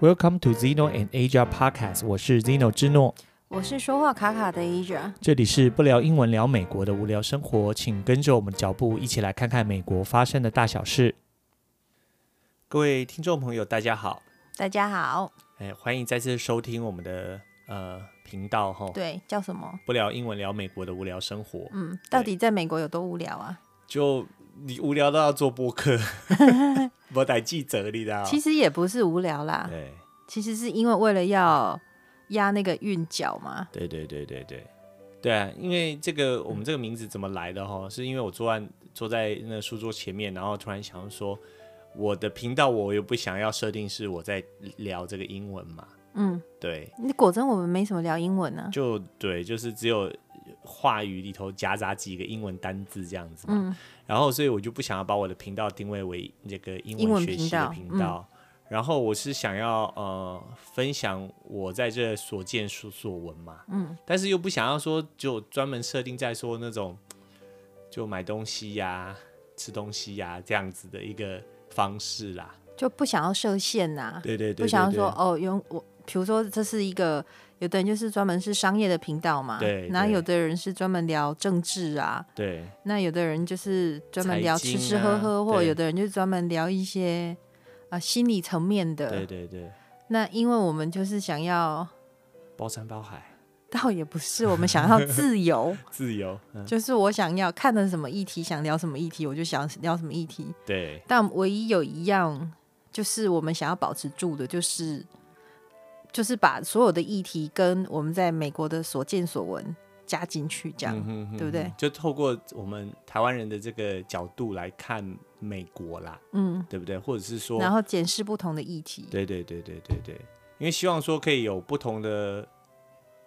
Welcome to Zeno and Asia Podcast，我是 Zeno 之诺，我是说话卡卡的 Asia。这里是不聊英文聊美国的无聊生活，请跟着我们脚步一起来看看美国发生的大小事。各位听众朋友，大家好，大家好，哎，欢迎再次收听我们的呃频道哈，对，叫什么？不聊英文聊美国的无聊生活，嗯，到底在美国有多无聊啊？就你无聊到要做播 客，我逮记者你知道吗？其实啊也不是无聊啦，对其实是因为为了要压那个韵脚嘛。对对对对对，对啊，因为这个我们这个名字怎么来的哈？是因为我坐在坐在那个书桌前面，然后突然想说，我的频道我又不想要设定是我在聊这个英文嘛，嗯，对，那果真我们没什么聊英文啊呢、就对，就是只有话语里头夹杂几个英文单字这样子嘛。嗯然后，所以我就不想要把我的频道定位为这个英英文学频习的道频道。嗯然后我是想要呃分享我在这所见所所闻嘛，嗯，但是又不想要说就专门设定在说那种就买东西呀、吃东西呀、这样子的一个方式啦，就不想要设限呐、对对对对不想要对说哦，用我，比如说这是一个。有的人就是专门是商业的频道嘛，对然后对有的人是专门聊政治啊，对那有的人就是专门聊财经吃啊吃喝喝，或者对有的人就是专门聊一些啊、呃心理层面的，对对对，那因为我们就是想要，包山包海，倒也不是我们 想要自由，自由，嗯，就是我想要看的什么议题，想聊什么议题，我就想聊什么议题。对但唯一有一样，就是我们想要保持住的，就是就是把所有的议题跟我们在美国的所见所闻加进去，这样、嗯对不对？就透过我们台湾人的这个角度来看美国啦，嗯，对不对？或者是说，然后检视不同的议题，对对对对对对，因为希望说可以有不同的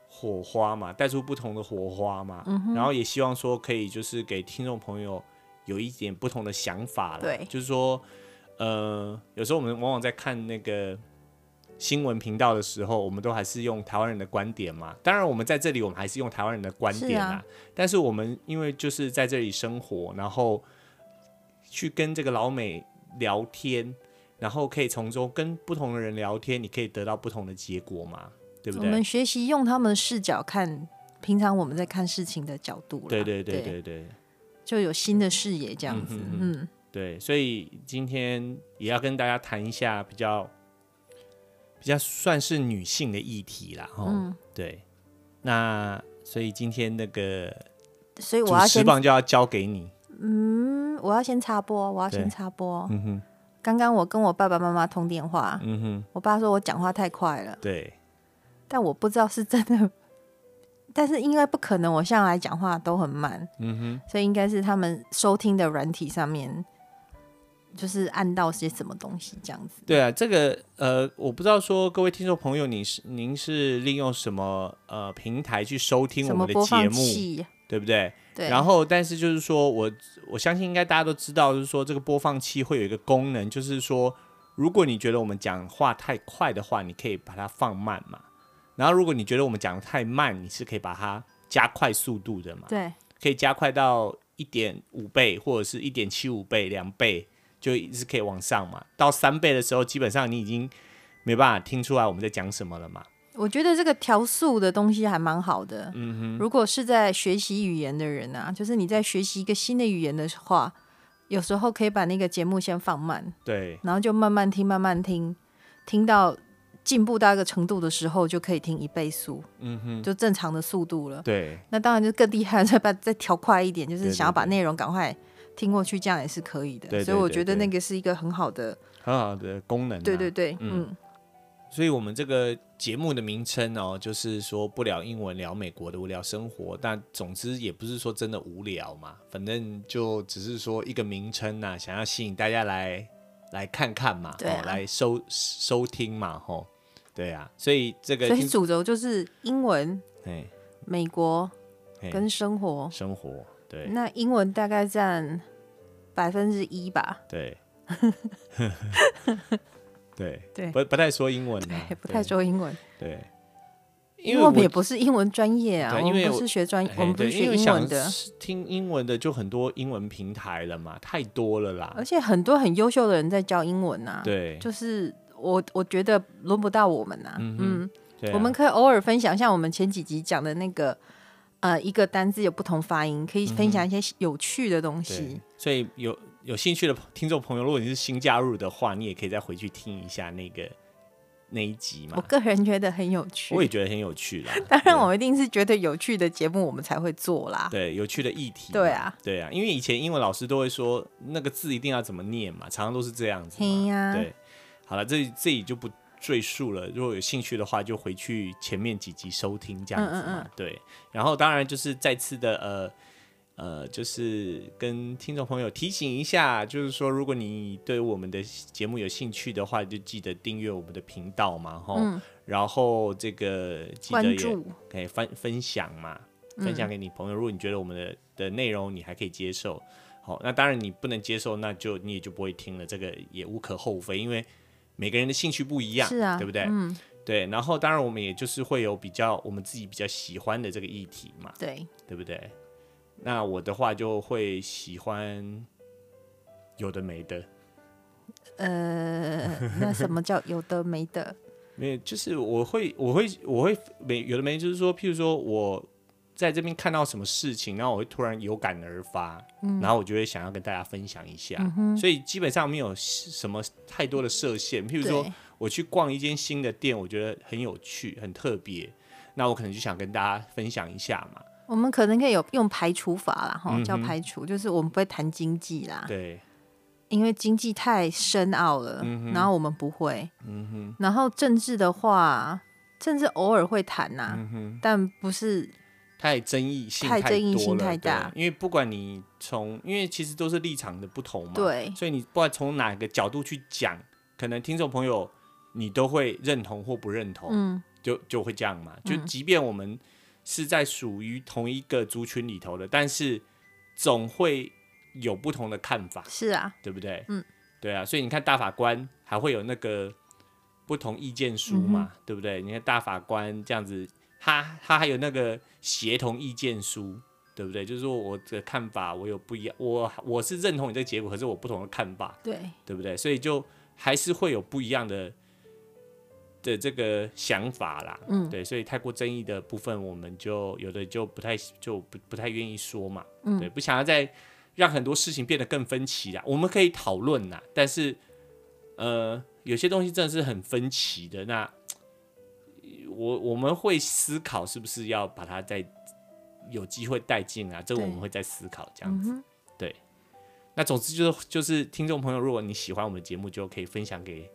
火花嘛，带出不同的火花嘛，嗯然后也希望说可以就是给听众朋友有一点不同的想法啦，对就是说，呃，有时候我们往往在看那个。新闻频道的时候，我们都还是用台湾人的观点嘛。当然，我们在这里我们还是用台湾人的观是点啦。啊但是我们因为就是在这里生活，然后去跟这个老美聊天，然后可以从中跟不同的人聊天，你可以得到不同的结果嘛，对不我们对？学习用他们的视角看平常我们在看事情的角度啦，对对对对对就有新的视野这样子，嗯哼嗯对，所以今天也要跟大家谈一下比较比较算是女性的议题啦，哈、嗯对，那所以今天那个所以主我要持先棒就要交给你，嗯，我要先插播，我要对先插播。嗯哼，刚刚我跟我爸爸妈妈通电话，嗯哼，我爸说我讲话太快了，对但我不知道是真的，但是应该不可能，我向来讲话都很慢，嗯哼，所以应该是他们收听的软体上面就是按到些什么东西这样子。对啊，这个呃，我不知道说各位听众朋友，你是您是利用什么呃平台去收听我什么们的播节放目，器？对不对？对，然后，但是就是说我我相信应该大家都知道，就是说这个播放器会有一个功能，就是说如果你觉得我们讲话太快的话，你可以把它放慢嘛。然后，如果你觉得我们讲的太慢，你是可以把它加快速度的嘛，对可以加快到一点五倍或者是一点七五倍、两倍，就一直可以往上嘛。到三倍的时候，基本上你已经没办法听出来我们在讲什么了嘛。我觉得这个调速的东西还蛮好的。嗯哼，如果是在学习语言的人啊，就是你在学习一个新的语言的话，有时候可以把那个节目先放慢，对，然后就慢慢听，慢慢听，听到进步到一个程度的时候，就可以听一倍速，嗯哼，就正常的速度了。对，那当然就更厉害，再把再调快一点，就对是对想要把对内容赶快听过去，这样也是可以的。对对所以我对觉得对那个是一个很好的，很好的功能、啊。对对对，嗯所以我们这个节目的名称哦，就是说不聊英文，聊美国的无聊生活。但总之也不是说真的无聊嘛，反正就只是说一个名称呐、想要吸引大家来来看看嘛，对啊哦，来收收听嘛，吼、对啊。所以这个所以听主轴就是英文、哎美国哎跟嗯生活。生活，对那英文大概占百分之一吧， 对 对对不不太说英文啊， 对，不太说英文，对，对因因为为我我们也不是英文专业啊，对我因为们不我是学专，嘿我们不哎对是因学为英想文的，是听英文的就很多英文平台了嘛，太多了啦而。且很多很优秀的人在教英文啊，对，就是我我觉得轮不到我们呐、嗯哼嗯，对啊我们可以偶尔分享，像我们前几集讲的那个，呃，一个单字有不同发音，可以嗯分享一些有趣的东对西。，所以有有兴趣的听众朋友，如果你是新加入的话，你也可以再回去听一下那个那一集我嘛。个人觉得很有我趣，也觉得很有趣啦。 当然我一定是觉得有趣的节目我们才会做啦。对有趣的议题，对啊，对啊，因为以前英文老师都会说那个字一定要怎么念嘛，常常都是这样子嘿嘛。呀、对，好了，这这里就不赘述了。如果有兴趣的话，就回去前面几集收听这样子嘛。嗯嗯嗯对，然后当然就是再次的呃呃，就是跟听众朋友提醒一下，就是说如果你对我们的节目有兴趣的话，就记得订阅我们的频道嘛，吼。然后这个记得嗯关也注可以分分享嘛，嗯分享给你朋友。如果你觉得我们的的内容你还可以接受，好，那当然你不能接受，那就你也就不会听了，这个也无可厚非，因为每个人的兴趣不一样，是啊，对不对？嗯，对，然后当然我们也就是会有比较我们自己比较喜欢的这个议题嘛，对，对不对？那我的话就会喜欢有的没的，呃， 那什么叫有的没 的？没有，就是我会，我会，我会没有的没，就是说，譬如说我在这边看到什么事情，然后我会突然有感而发，嗯然后我就会想要跟大家分享一下，所以基本上没有什么太多的设限。譬如说对，我去逛一间新的店，我觉得很有趣、很特别，那我可能就想跟大家分享一下嘛。我们可能可以有用排除法啦，哈、嗯哼叫排除，就是我们不会谈经济啦，对，因为经济太深奥了，嗯然后我们不会。然后政治的话，政治偶尔会谈呐、嗯但不是太争议性太争议多性了太对大因为不管你从，因为其实都是立场的不同嘛，对所以你不管从哪个角度去讲，可能听众朋友你都会认同或不认同，嗯就就会这样嘛。就即便我们是在属于同一个族群里头的，但是总会有不同的看法，是啊，对不对？嗯，对啊。所以你看大法官还会有那个不同意见书嗯嘛，对不对？你看大法官这样子，他他还有那个协同意见书。对不对？就是说我的看法，我有不一样，我我是认同你这个结果，可是我不同的看法，对对不对？所以就还是会有不一样的的这个想法啦，嗯对，所以太过争议的部分，我们就有的就不太就不不太愿意说嘛，嗯对，不想要再让很多事情变得更分歧啦。我们可以讨论啦，但是呃，有些东西真的是很分歧的，那我我们会思考是不是要把它再有机会带进来，这个我对们会再思考这样子。嗯对，那总之就是就是听众朋友，如果你喜欢我们的节目，就可以分享给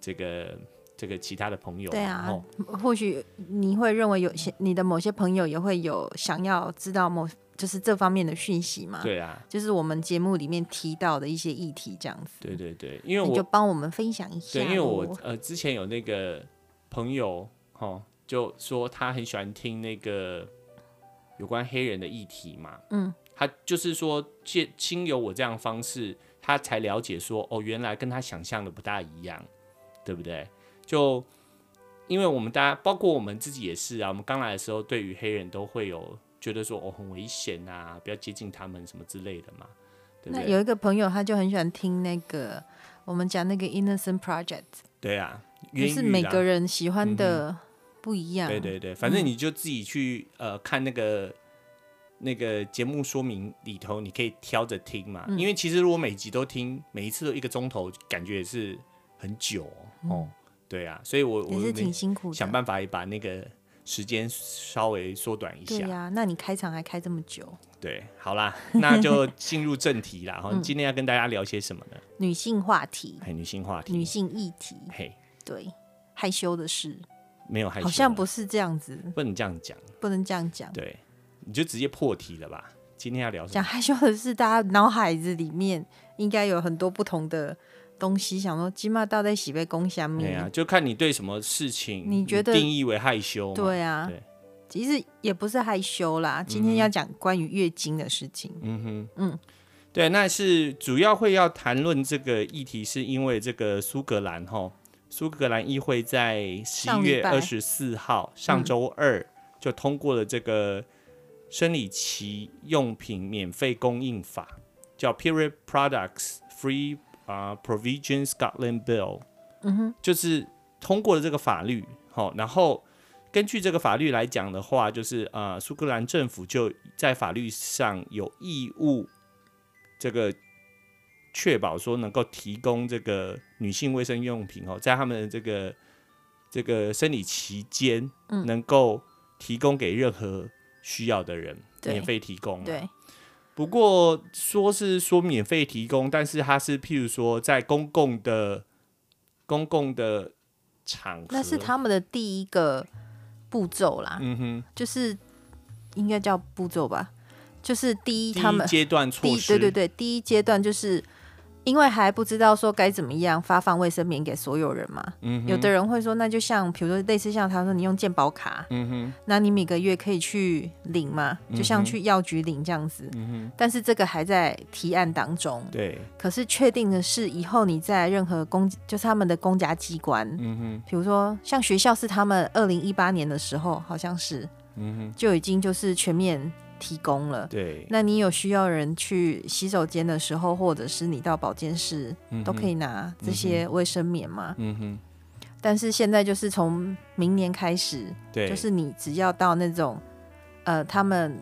这个这个其他的朋友嘛。对啊吼，或许你会认为有些你的某些朋友也会有想要知道某就是这方面的讯息嘛，对啊，就是我们节目里面提到的一些议题这样子，对对对，因为你就我帮我们分享一下对，因咯，为我呃之前有那个朋友哦，就说他很喜欢听那个有关黑人的议题嘛，嗯，他就是说借经由我这样的方式，他才了解说哦，原来跟他想象的不大一样，对不对？就因为我们大家，包括我们自己也是啊，我们刚来的时候，对于黑人都会有觉得说哦很危险啊，不要接近他们什么之类的嘛，对不那对？有一个朋友他就很喜欢听那个我们讲那个 Innocent Project，对啊，就冤是狱每啦嗯个人喜欢的不一样，嗯对对对，反正你就自己去、呃看那个那个节目说明里头，你可以挑着听嘛。嗯因为其实如果每集都听，每一次都一个钟头，感觉也是很久哦。哦对啊，所以我我也是没挺辛苦的。想办法也把那个时间稍微缩短一对下。呀、那你开场还开这么久，对，好 啦，那就进入正题啦。嗯哈，今天要跟大家聊些什么呢？女性话题、哎，女性话题，女性议题，嘿，对害羞的事，没有害羞啦，好像不嗯是这样子，不能这样讲。啊不能这样讲。对，你就直接破题了吧。今天要聊什么？讲害羞的事，大家脑海子里面应该有很多不同的东西，想说金马到底喜被攻下对啊，面，就看你对什么事情嗯你觉得定义为害羞嘛？对啊对，其实也不是害羞啦。今天要讲关于月经的事情，嗯对，那是主要会要谈论这个议题，是因为这个苏格兰哈，苏格兰议会在十一上礼月拜嗯二十四号上周二就通过了这个生理期用品免费供应法，叫 Period Products Free 啊、Provision uh, Scotland Bill。嗯哼，就是通过了这个法律，好，然后根据这个法律来讲的话，就是呃，苏格兰政府就在法律上有义务，这个确保说能够提供这个女性卫生用品哦，在他们的这个这个生理期间，嗯能够提供给任何需要的人，对免费提供嘛。啊对，不过说是说免费提供，但是它是譬如说在公共的公共的场合，那是他们的第一个步骤啦，嗯哼，就是应该叫步骤吧，就是第一第他一们阶段第措一施，对对对，第一阶段就是因为还不知道说该怎么样发放卫生棉给所有人嘛。嗯哼有的人会说，那就像比如说类似像他说你用健保卡，嗯哼，嗯那你每个月可以去领嘛，就像去药局领这样子。但是这个还在提案当中。对，可是确定的是，以后你在任何公就是他们的公家机关，嗯哼，比如说像学校是他们二零一八年的时候，好像是嗯哼，就已经就是全面提供了。对，那你有需要人去洗手间的时候，或者是你到保健室，嗯哼都可以，拿这些卫生棉嘛。嗯哼，但是现在就是从明年开始，对，就是你只要到那种呃他们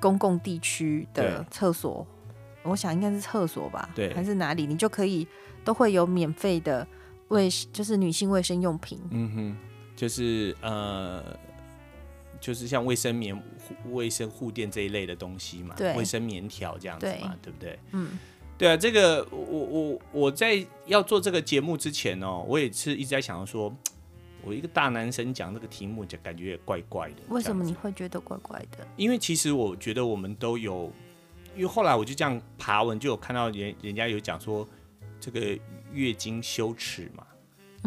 公共地区的对厕所，我想应该是厕所吧，对还是哪里，你就可以都会有免费的卫，就是女性卫生用品。嗯哼，就是呃，就是像卫生棉、护卫生护垫这一类的东西嘛，对卫生棉条这样子嘛，对不对？嗯，对啊，这个我我我在要做这个节目之前哦，我也是一直在想说，我一个大男生讲这个题目，就感觉也怪怪的。为什么这样你子？会觉得怪怪的？因为其实我觉得我们都有，因为后来我就这样爬文，就有看到人人家有讲说这个月经羞耻嘛，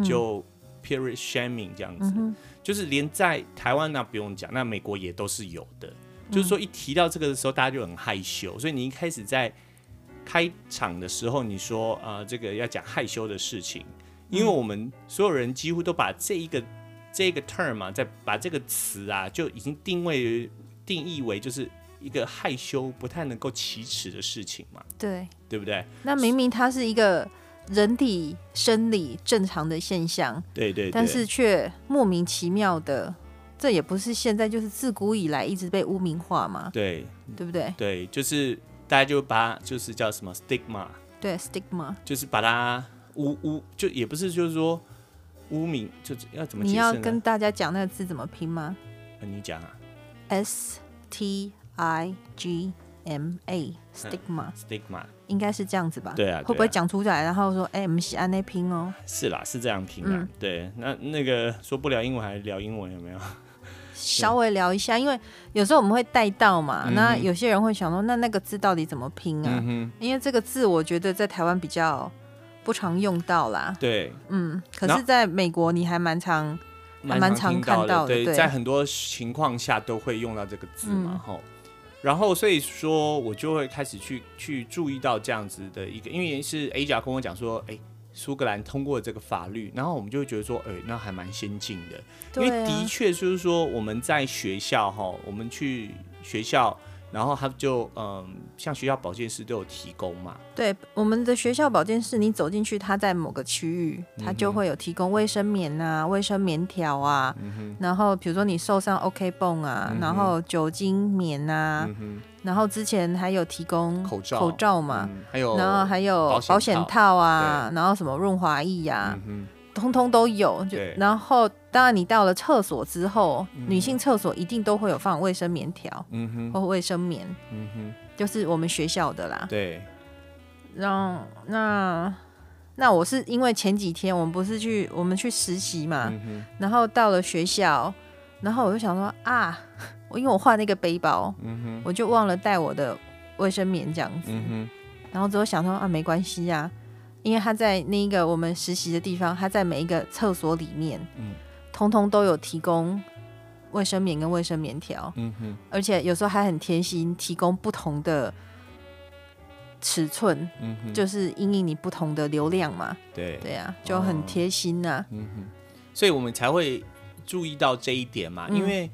就 period shaming 这样子。嗯就是连在台湾那不用讲，那美国也都是有的。就是说一提到这个的时候，大家就很害羞，所以你一开始在开场的时候，你说呃，这个要讲害羞的事情，因为我们所有人几乎都把这一个这个 term 啊，在把这个词啊，就已经定位定义为就是一个害羞、不太能够启齿的事情嘛，对。对不对？那明明它是一个人体生理正常的现象，对对对。但是却莫名其妙的，这也不是现在，就是自古以来一直被污名化嘛，对对不对？对，就是大家就把就是叫什么 stigma，对，stigma，就是把它污污，就也不是就是说污名，就是要怎么解你释呢？要跟大家讲那个字怎么拼吗呃你讲啊？S T I G M A，stigma、 ，stigma 应该是这样子吧？嗯对啊对啊会不会讲出来，然后说，哎、我们是按那拼哦？是啦，是这样拼嗯啊。对，那那个说不聊英文还聊英文有没有？稍微聊一下，因为有时候我们会带到嘛，嗯那哼有些人会想说，那那个字到底怎么拼啊？嗯哼，因为这个字我觉得在台湾比较不常用到啦， 对，嗯，可然是后在美国你还蛮常，还蛮常听看到到的对，对嗯在很多情况下都会用到这个字嘛，吼、然后所以说我就会开始去去注意到这样子的一个，因为是 A 甲跟我讲说，哎、苏格兰通过这个法律，然后我们就会觉得说，哎、那还蛮先进的。因为对啊的，确就是说我们在学校哈，我们去学校，然后他就嗯，像学校保健室都有提供嘛，对，我们的学校保健室，你走进去，它在某个区域，它就会有提供卫生棉啊、卫生棉条啊，然后比如说你受伤 OK 泵啊，然后酒精棉啊，然后之前还有提供口罩嗯口罩嘛，嗯还有然后还有保保险险套套啊，然后什么润滑液啊，嗯通通都有。就对然后，当然你到了厕所之后，女性厕所一定都会有放卫生棉条哼，嗯哼，或卫生棉，嗯哼，就是我们学校的啦。对，然后那那我是因为前几天我们不是去我们去实习嘛，嗯哼，然后到了学校，然后我就想说啊， 我因为我换那个背包，嗯哼，我就忘了带我的卫生棉这样子。嗯哼，然后之后想说啊，没关系呀、因为他在那个我们实习的地方，他在每一个厕所里面，嗯通通都有提供卫生棉跟卫生棉条，嗯哼，而且有时候还很贴心，提供不同的尺寸，嗯哼，就是因应你不同的流量嘛，对，对啊，就很贴心呐、嗯哼，所以我们才会注意到这一点嘛，因为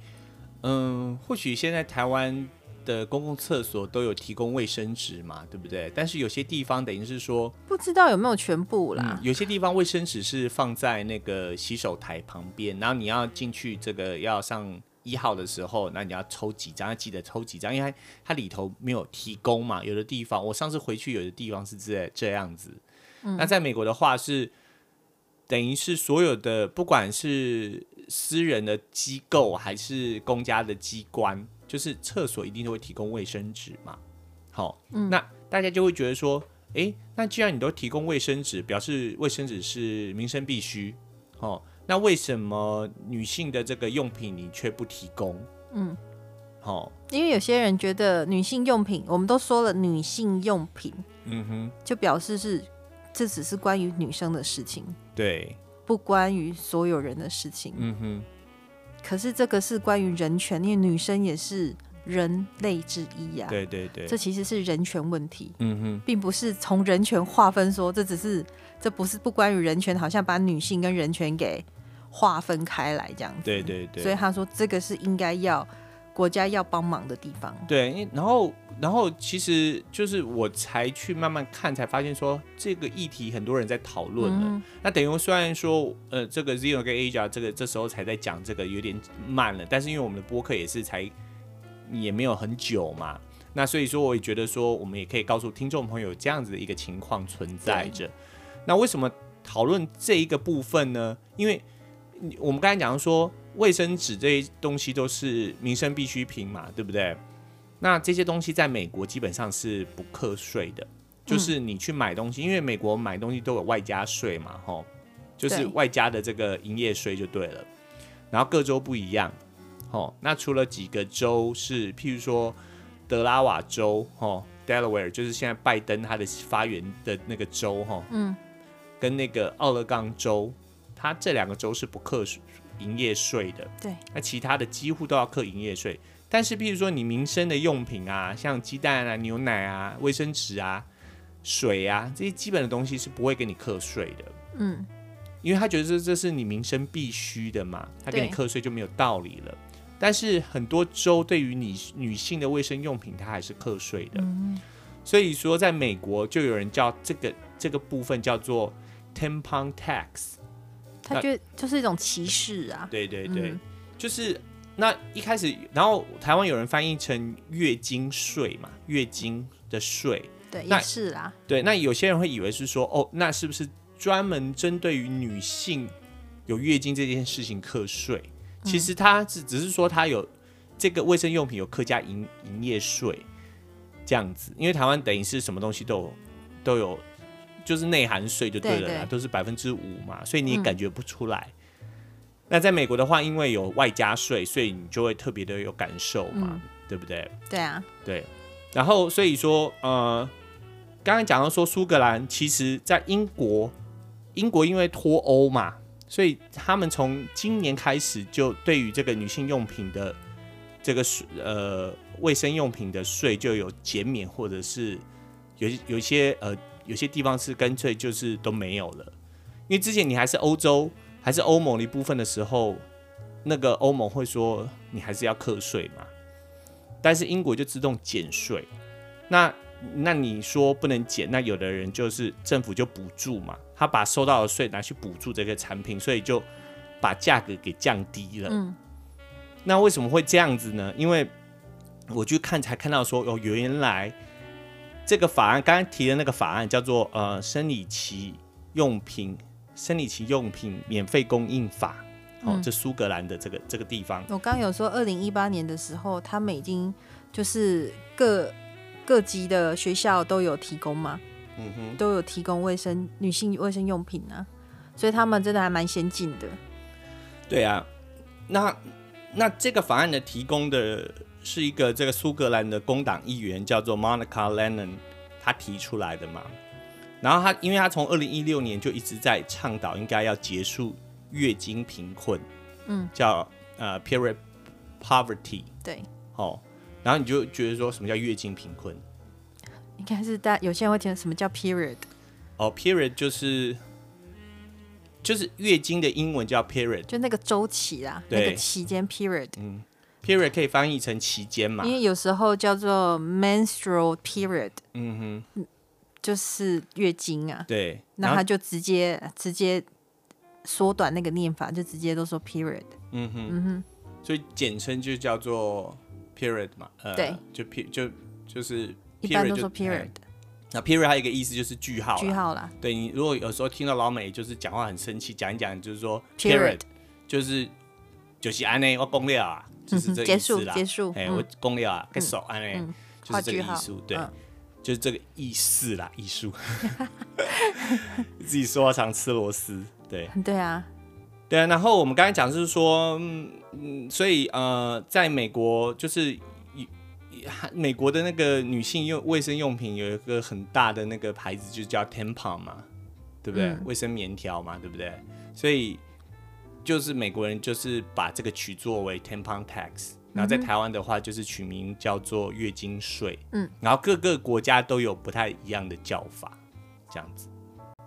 嗯，或许现在台湾。的公共厕所都有提供卫生纸嘛，对不对？但是有些地方等于是说，不知道有没有全部啦。嗯，有些地方卫生纸是放在那个洗手台旁边，然后你要进去这个要上一号的时候，那你要抽几张，要记得抽几张，因为它它里头没有提供嘛。有的地方我上次回去，有的地方是这这样子。那在美国的话是，等于是所有的不管是私人的机构还是公家的机关，就是厕所一定都会提供卫生纸嘛。好，那大家就会觉得说，诶，那既然你都提供卫生纸，表示卫生纸是民生必须，哦，那为什么女性的这个用品你却不提供？嗯，好、因为有些人觉得女性用品，我们都说了女性用品，嗯哼，就表示是这只是关于女生的事情，对，不关于所有人的事情。嗯哼，可是这个是关于人权，因为女生也是人类之一呀、对对对啊这，其实是人权问题，嗯哼，并不是从人权划分说这只是这不是不关于人权，好像把女性跟人权给划分开来这样子。对对对。所以他说这个是应该要国家要帮忙的地方。对，因为然后然后其实就是我才去慢慢看，才发现说这个议题很多人在讨论嗯了。那等于虽然说呃，这个 Zero 跟 Asia 这个这时候才在讲这个有点慢了，但是因为我们的播客也是才也没有很久嘛。那所以说，我也觉得说，我们也可以告诉听众朋友这样子的一个情况存在着。那为什么讨论这一个部分呢？因为你我们刚才讲说，卫生纸这些东西都是民生必需品嘛，对不对？那这些东西在美国基本上是不课税的，就是你去买东西，因为美国买东西都有外加税嘛，吼，就是对外加的这个营业税就对了。然后各州不一样，吼，那除了几个州是，譬如说德拉瓦州，吼，Delaware 就是现在拜登他的发源的那个州，吼，嗯，跟那个奥勒冈州，它这两个州是不课税营业税的，对，那其他的几乎都要课营业税。但是，譬如说你民生的用品啊，像鸡蛋啊、牛奶啊、卫生纸啊、水啊这些基本的东西是不会给你课税的，嗯，因为他觉得这这是你民生必须的嘛，他给你对课税就没有道理了。但是很多州对于你女性的卫生用品，它还是课税的。嗯所以说，在美国就有人叫这个这个部分叫做 ten pound tax，他觉得就是一种歧视啊。对对对，嗯就是那一开始，然后台湾有人翻译成月经税嘛，月经的税。对，啊那也是啦。对，那有些人会以为是说，哦，那是不是专门针对于女性有月经这件事情课税？嗯其实它只只是说它有这个卫生用品有客家营营业税这样子，因为台湾等于是什么东西都有都有，就是内含税就对了啦，对对嗯都是百分之五嘛，所以你也感觉不出来。那在美国的话，因为有外加税，所以你就会特别的有感受嘛，嗯对不对？对啊，对，然后所以说，呃，刚刚讲到说苏格兰，其实在英国，英国因为脱欧嘛，所以他们从今年开始就对于这个女性用品的这个税呃卫生用品的税就有减免，或者是有有一些呃有些地方是干脆就是都没有了，因为之前你还是欧洲还是欧盟的一部分的时候，那个欧盟会说你还是要课税嘛，但是英国就自动减税，那那你说不能减，那有的人就是政府就补助嘛，他把收到的税拿去补助这个产品，所以就把价格给降低了。嗯，那为什么会这样子呢？因为我去看才看到说，哦，原来这个法案刚刚提的那个法案叫做呃生理期用品生理期用品免费供应法，哦，这苏格兰的这个这个地方，我刚有说，二零一八年的时候，他们已经就是各各级的学校都有提供嘛，嗯哼，都有提供卫生女性卫生用品啊，所以他们真的还蛮先进的。对啊，那那这个法案的提供的是一个这个苏格兰的工党议员叫做 Monica Lennon，他提出来的嘛。然后他，因为他从二零一六年就一直在倡导应该要结束月经贫困，嗯，叫呃 period poverty，对，哦，然后你就觉得说什么叫月经贫困？应该是大有些人会听什么叫 period，哦，period 就是就是月经的英文叫 period，就那个周期啦，对那个期间 period。嗯， period 可以翻译成期间嘛因？为有时候叫做 menstrual period，嗯哼，就是月经啊，对。然那后他就直接直接缩短那个念法，就直接都说 period。嗯哼，所以简称就叫做 period 嘛，呃，对，就 p 就就是一般都 period 就说 period 哎那 period 还有一个意思就是句哎号啦，句号啦对你如果有时候听到老美就是讲话很生气，讲一讲就是说 period 就是就是安内我攻略啊，就是这个结意思束啦，嗯结束，哎、我嗯，攻略啊，跟手安内嗯就是这个画句号艺术，对，嗯就是这个意思啦，艺术。 自己说话常吃螺丝，对。对啊，对啊，然后我们刚才讲是说，嗯，嗯所以呃，在美国就是以以美国的那个女性用卫生用品有一个很大的那个牌子，就叫 Tampon 嘛，对不对？卫生棉条嘛，对不对？所以就是美国人就是把这个取作为 Tampon tax，然后在台湾的话就是取名叫做月经税，嗯，然后各个国家都有不太一样的叫法，这样子。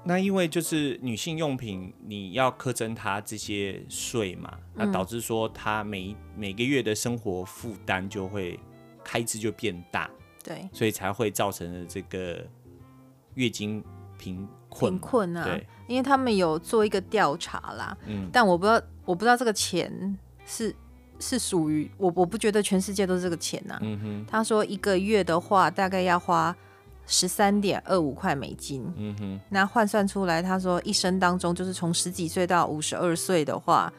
那因为就是女性用品，你要苛征它这些税嘛，那嗯导致说她每一每个月的生活负担就会开支就变大，对，所以才会造成了这个月经贫困贫嘛。困啊对，因为他们有做一个调查啦，嗯但我不知道，我不知道这个钱是是属于我，我不觉得全世界都是这个钱呐、嗯哼，他说一个月的话，大概要花十三点二五块美金。嗯哼，那换算出来，他说一生当中，就是从十几岁到五十二岁的话，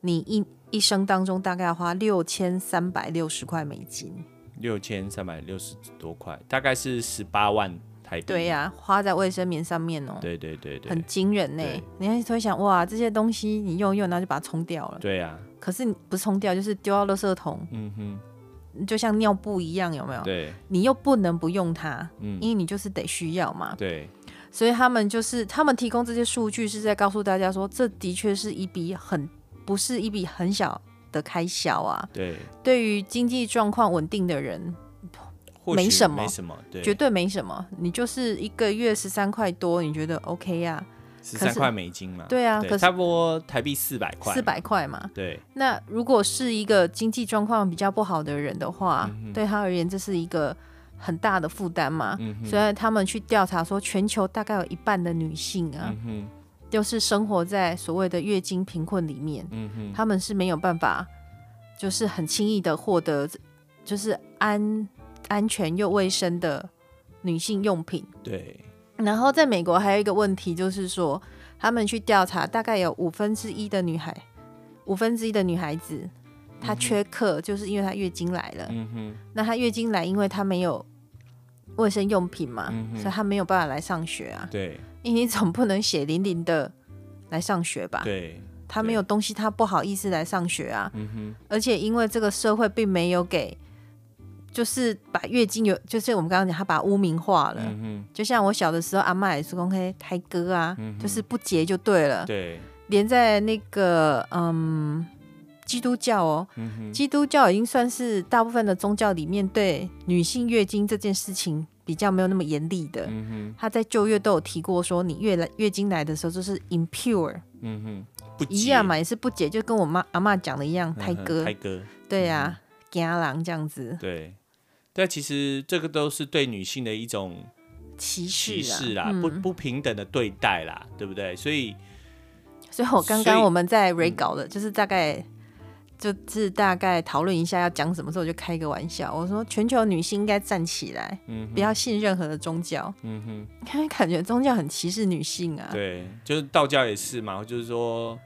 你一一生当中大概要花六千三百六十块美嗯金。六千三百六十多块，大概是十八万台币。对、呀、花在卫生棉上面哦、对对对对很，惊人呢、对你还会想，哇，这些东西你用一用，然后就把它冲掉了。对啊，可是你不是冲掉，就是丢到垃圾桶，嗯哼，就像尿布一样，有没有？对你又不能不用它，嗯因为你就是得需要嘛。对，所以他们就是他们提供这些数据是在告诉大家说，这的确是一笔很不是一笔很小的开销啊。对，对于经济状况稳定的人，或没许什么没什么，对，绝对没什么。你就是一个月十三块多，你觉得 OK 呀、十可三是块美金嘛。对啊，对可是差不多台币四百块，四，百块嘛。对，那如果是一个经济状况比较不好的人的话，嗯对他而言这是一个很大的负担嘛。嗯所以他们去调查说，全球大概有一半的女性啊，嗯哼。就是生活在所谓的月经贫困里面，嗯他们是没有办法，就是很轻易的获得，就是安安全又卫生的女性用品。对，然后在美国还有一个问题，就是说他们去调查，大概有五分之一的女孩，五分之一的女孩子，她缺课，就是因为她月经来了。嗯哼，那她月经来，因为她没有卫生用品嘛，嗯所以她没有办法来上学啊。啊对因为你总不能血淋淋的来上学吧？对，他没有东西，他不好意思来上学啊。嗯而且因为这个社会并没有给，就是把月经有，就是我们刚刚讲，他把它污名化了。哼，嗯就像我小的时候，阿妈也是公开胎哥啊，就是不结就对了哼，。嗯对，连在那个嗯，基督教哦，嗯基督教已经算是大部分的宗教里面对女性月经这件事情比较没有那么严厉的。嗯他在旧约都有提过说，你月来月经来的时候就是 impure，哼，嗯哼，不一接样，嘛，也是不解，就跟我妈阿妈讲的一样，嗯胎哼哥泰，哥，对呀、啊，惊狼这样子，对。但其实这个都是对女性的一种歧歧视啊，视啦，不不平等的对待啦，对不对？所以所以我刚所以嗯刚我们在 re 搞的，就是大概。就是大概讨论一下要讲什么时候，我就开个玩笑。我说全球女性应该站起来，嗯不要信任何的宗教。 嗯哼，因为感觉宗教很歧视女性啊。对，就是道教也是嘛，就是说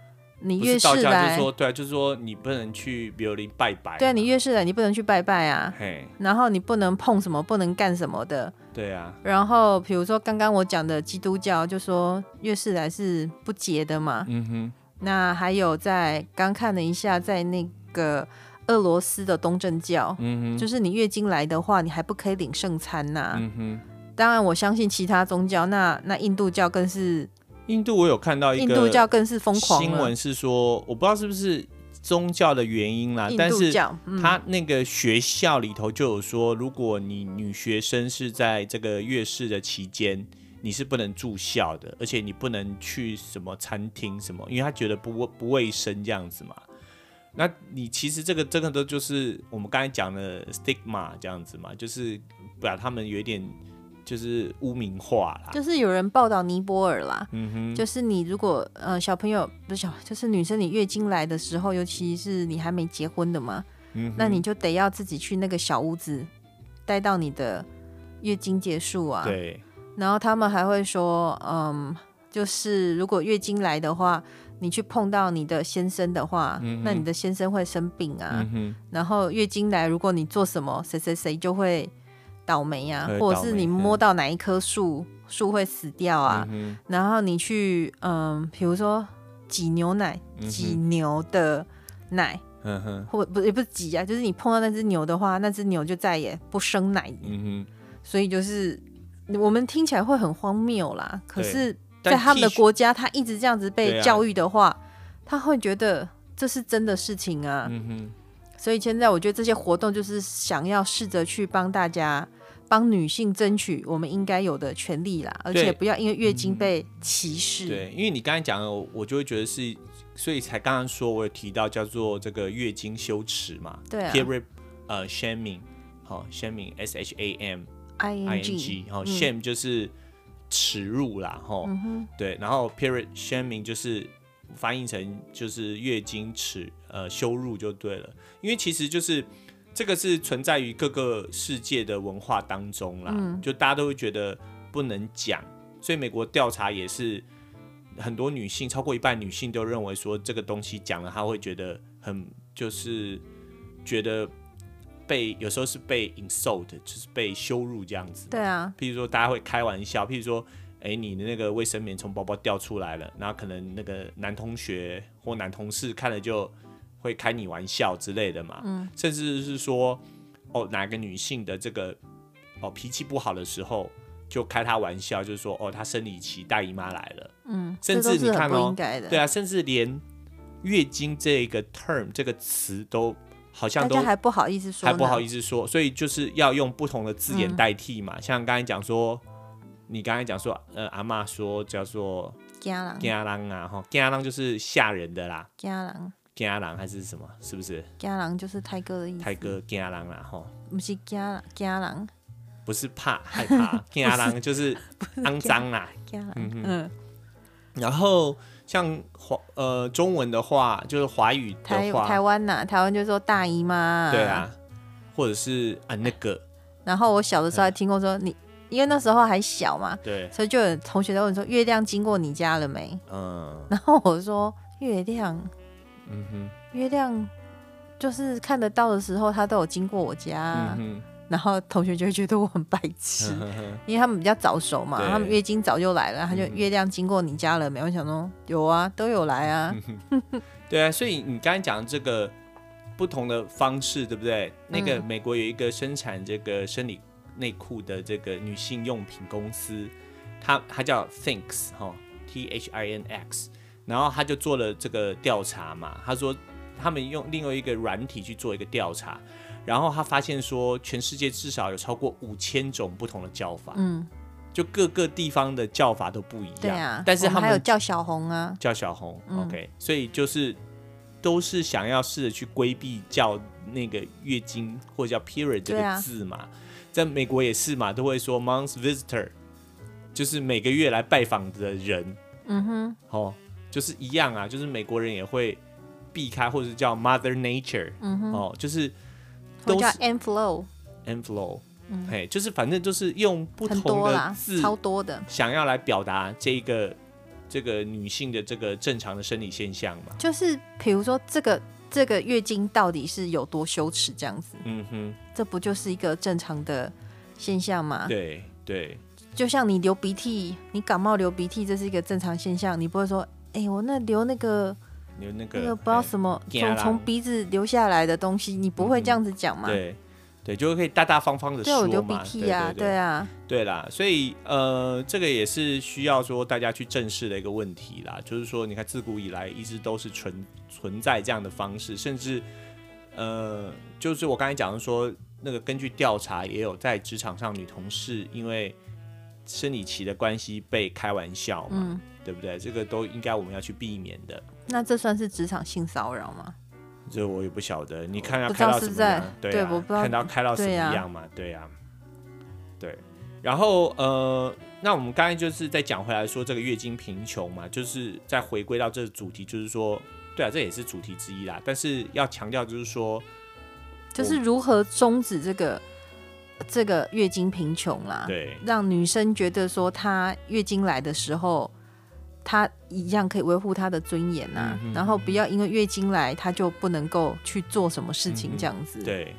你不越是道是教，就是来，说对啊，就是说你不能去比如林拜拜，对啊，你越是来，你不能去拜拜啊，嘿，然后你不能碰什么，不能干什么的。对啊，然后比如说刚刚我讲的基督教，就说月事来是不结的嘛。嗯哼，那还有在刚看了一下，在那个俄罗斯的东正教，嗯哼，就是你月经来的话，你还不可以领圣餐呐、嗯哼。当然，我相信其他宗教，那那印度教更是印度我有看到一印个度教更是疯狂新了闻。是说，我不知道是不是宗教的原因啦，印啊但度是教，嗯，他那个学校里头就有说，如果你女学生是在这个月事的期间，你是不能住校的，而且你不能去什么餐厅什么，因为他觉得不不卫生这样子嘛。那你其实这个这个都就是我们刚才讲的 stigma 这样子嘛，就是把他们有一点就是污名化啦。就是有人报道尼泊尔啦，嗯哼，就是你如果呃小朋友不是小，就是女生你月经来的时候，尤其是你还没结婚的嘛，嗯哼那你就得要自己去那个小屋子待到你的月经结束啊。对，然后他们还会说，嗯，就是如果月经来的话，你去碰到你的先生的话，嗯那你的先生会生病啊。嗯哼，然后月经来，如果你做什么，谁谁谁就会倒霉啊，会或者是倒霉你摸到哪一棵树，树会死掉啊。嗯然后你去，嗯，比如说挤牛奶，嗯哼挤牛的奶，哼，嗯哼，或不也不是挤啊，就是你碰到那只牛的话，那只牛就再也不生奶，嗯所以就是我们听起来会很荒谬啦。可是，哼，在他们的但 teach- 国家，他一直这样子对被啊教育的话，他会觉得这是真的事情啊。嗯哼，所以现在我觉得这些活动就是想要试着去帮大家。帮女性争取我们应该有的权利啦，而且不要因为月经被歧视。对，因为你刚才讲的，我我就会觉得是，所以才刚刚说我有提到叫做这个月经羞耻嘛，对啊 period 呃 shaming，好、shaming s h a m i n ，ing， g，然后 shame 就是耻辱啦，吼，嗯对，然后 period shaming 就是翻译成就是月经耻呃羞辱就对了，因为其实就是这个是存在于各个世界的文化当中啦，嗯就大家都会觉得不能讲，所以美国调查也是很多女性超过一半女性都认为说这个东西讲了，她会觉得很就是觉得。被有时候是被 insult，就是被羞辱这样子。对啊，譬如说大家会开玩笑，譬如说，哎、你的那个卫生棉从包包掉出来了，然后可能那个男同学或男同事看了就会开你玩笑之类的嘛，嗯，甚至是说，哦，哪个女性的这个哦脾气不好的时候。就开她玩笑，就是说哦，她生理期大姨妈来了，嗯，甚这至都你是看很不哦应该的。对啊，甚至连月经这个 term 这个词都好像大都家还不好意思说还呢，嗯不好意思说，所以就是要用不同的字眼代替嘛。像刚才讲说，你刚才讲说，呃，阿嬷说叫做家“郎惊狼”啊，哈，“惊狼”就是吓人的啦，“家郎惊狼”还是什么？是不是？家郎就是泰哥的意思。泰，哥“惊狼”啦，哈，不是家郎家郎不是怕害 怕，“惊狼”就是肮脏啦。家郎，嗯，然后像华呃中文的话，就是华语台的台话，湾呐，台湾就说大姨妈。对。啊，或者是啊那个，然后我小的时候还听过说你，因为那时候还小嘛，对，所以就有同学在问说月亮经过你家了没？嗯然后我说月亮嗯哼，月亮。就是看得到的时候，它都有经过我家啊嗯，哼然后同学就会觉得我很白 痴，嗯哼，因为他们比较早熟嘛，对他们月经早就来了，他就嗯哼月亮经过你家了没？我想说有啊，都有来啊，对啊，所以你刚才讲的这个不同的方式，对不对？那个嗯美国有一个生产这个生理内裤的这个女性用品公司，它它叫 Thinks 哈、t H I N X，然后他就做了这个调查嘛，他说他们用另外一个软体去做一个调查，然后他发现说全世界至少有超过五千种不同的叫法，嗯，就各个地方的叫法都不一样，对啊，但是我他还有们叫小红啊，叫小红、o k 所以就是都是想要试着去规避叫那个月经或者叫 period 这对啊个字嘛，在美国也是嘛，都会说 month visitor，就是每个月来拜访的人，嗯哼，哦，就是一样啊，就是美国人也会避开或者叫 mother nature，、嗯哼，哦，就是我都叫是 M Flow， and flow，、嘿，就是反正就是用不很同多的啦字，超多的，想要来表达这一个这个女性的这个正常的生理现象嘛。就是比如说这个这个月经到底是有多羞耻这样子，嗯哼，这不就是一个正常的现象吗？对对，就像你流鼻涕，你感冒流鼻涕，这是一个正常现象，你不会说，哎、我那流那个。有那个那个不知道哎什么惊人从从鼻子流下来的东西，你不会这样子讲嘛？对对，就可以大大方方的对啊，说我流鼻嘛。涕啊，对对啊，对啦，所以呃，这个也是需要说大家去正视的一个问题啦。就是说，你看自古以来一直都是存存在这样的方式，甚至呃，就是我刚才讲的说，那个根据调查也有在职场上女同事因为生理期的关系被开玩笑嘛，嗯，对不对？这个都应该我们要去避免的。那这算是职场性骚扰吗？这我也不晓得，你看要不知开道到是什么在样，对啊我不知道看到开到什么对啊样嘛，对呀、对。然后呃，那我们刚才就是再讲回来说这个月经贫穷嘛，就是再回归到这个主题，就是说，对啊，这也是主题之一啦。但是要强调就是说，就是如何终止这个这个月经贫穷啦，对让女生觉得说她月经来的时候，她一样可以维护她的尊严呐、嗯哼然后不要因为月经来她就不能够去做什么事嗯情哼这样子。对，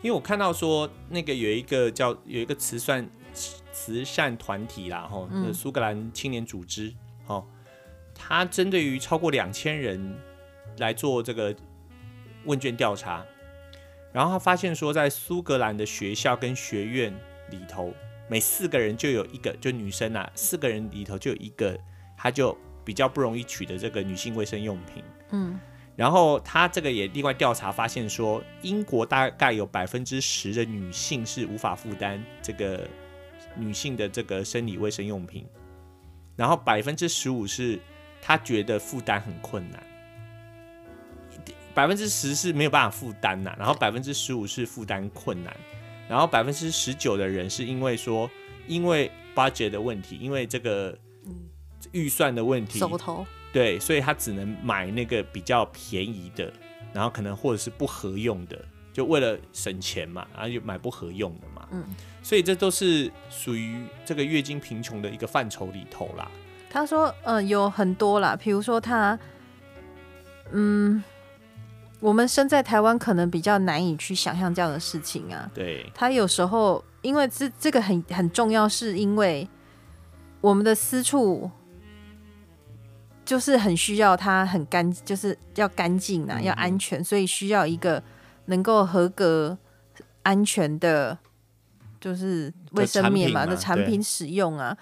因为我看到说那个有一个叫有一个慈善慈善团体啦，吼，那个苏格兰青年组织，哦，它针对于超过两千人来做这个问卷调查，然后他发现说，在苏格兰的学校跟学院里头，每四个人就有一个，就女生啊，四个人里头就有一个，她就比较不容易取得这个女性卫生用品。嗯，然后他这个也另外调查发现说，英国大概有百分之十的女性是无法负担这个女性的这个生理卫生用品，然后百分之十五是她觉得负担很困难，百分之十是没有办法负担呐、然后百分之十五是负担困难，然后百分之十九的人是因为说因为 budget 的问题，因为这个预算的问题，嗯手头对，所以他只能买那个比较便宜的，然后可能或者是不合用的，就为了省钱嘛，然后就买不合用的嘛。嗯，所以这都是属于这个月经贫穷的一个范畴里头啦。他说，呃，有很多啦，比如说他，嗯，我们身在台湾可能比较难以去想象这样的事情啊。对，他有时候因为这这个很很重要，是因为我们的私处就是很需要它很干，就是要干净啊，嗯要安全，所以需要一个能够合格、安全的，就是卫生棉嘛的的产品嘛产品使用啊。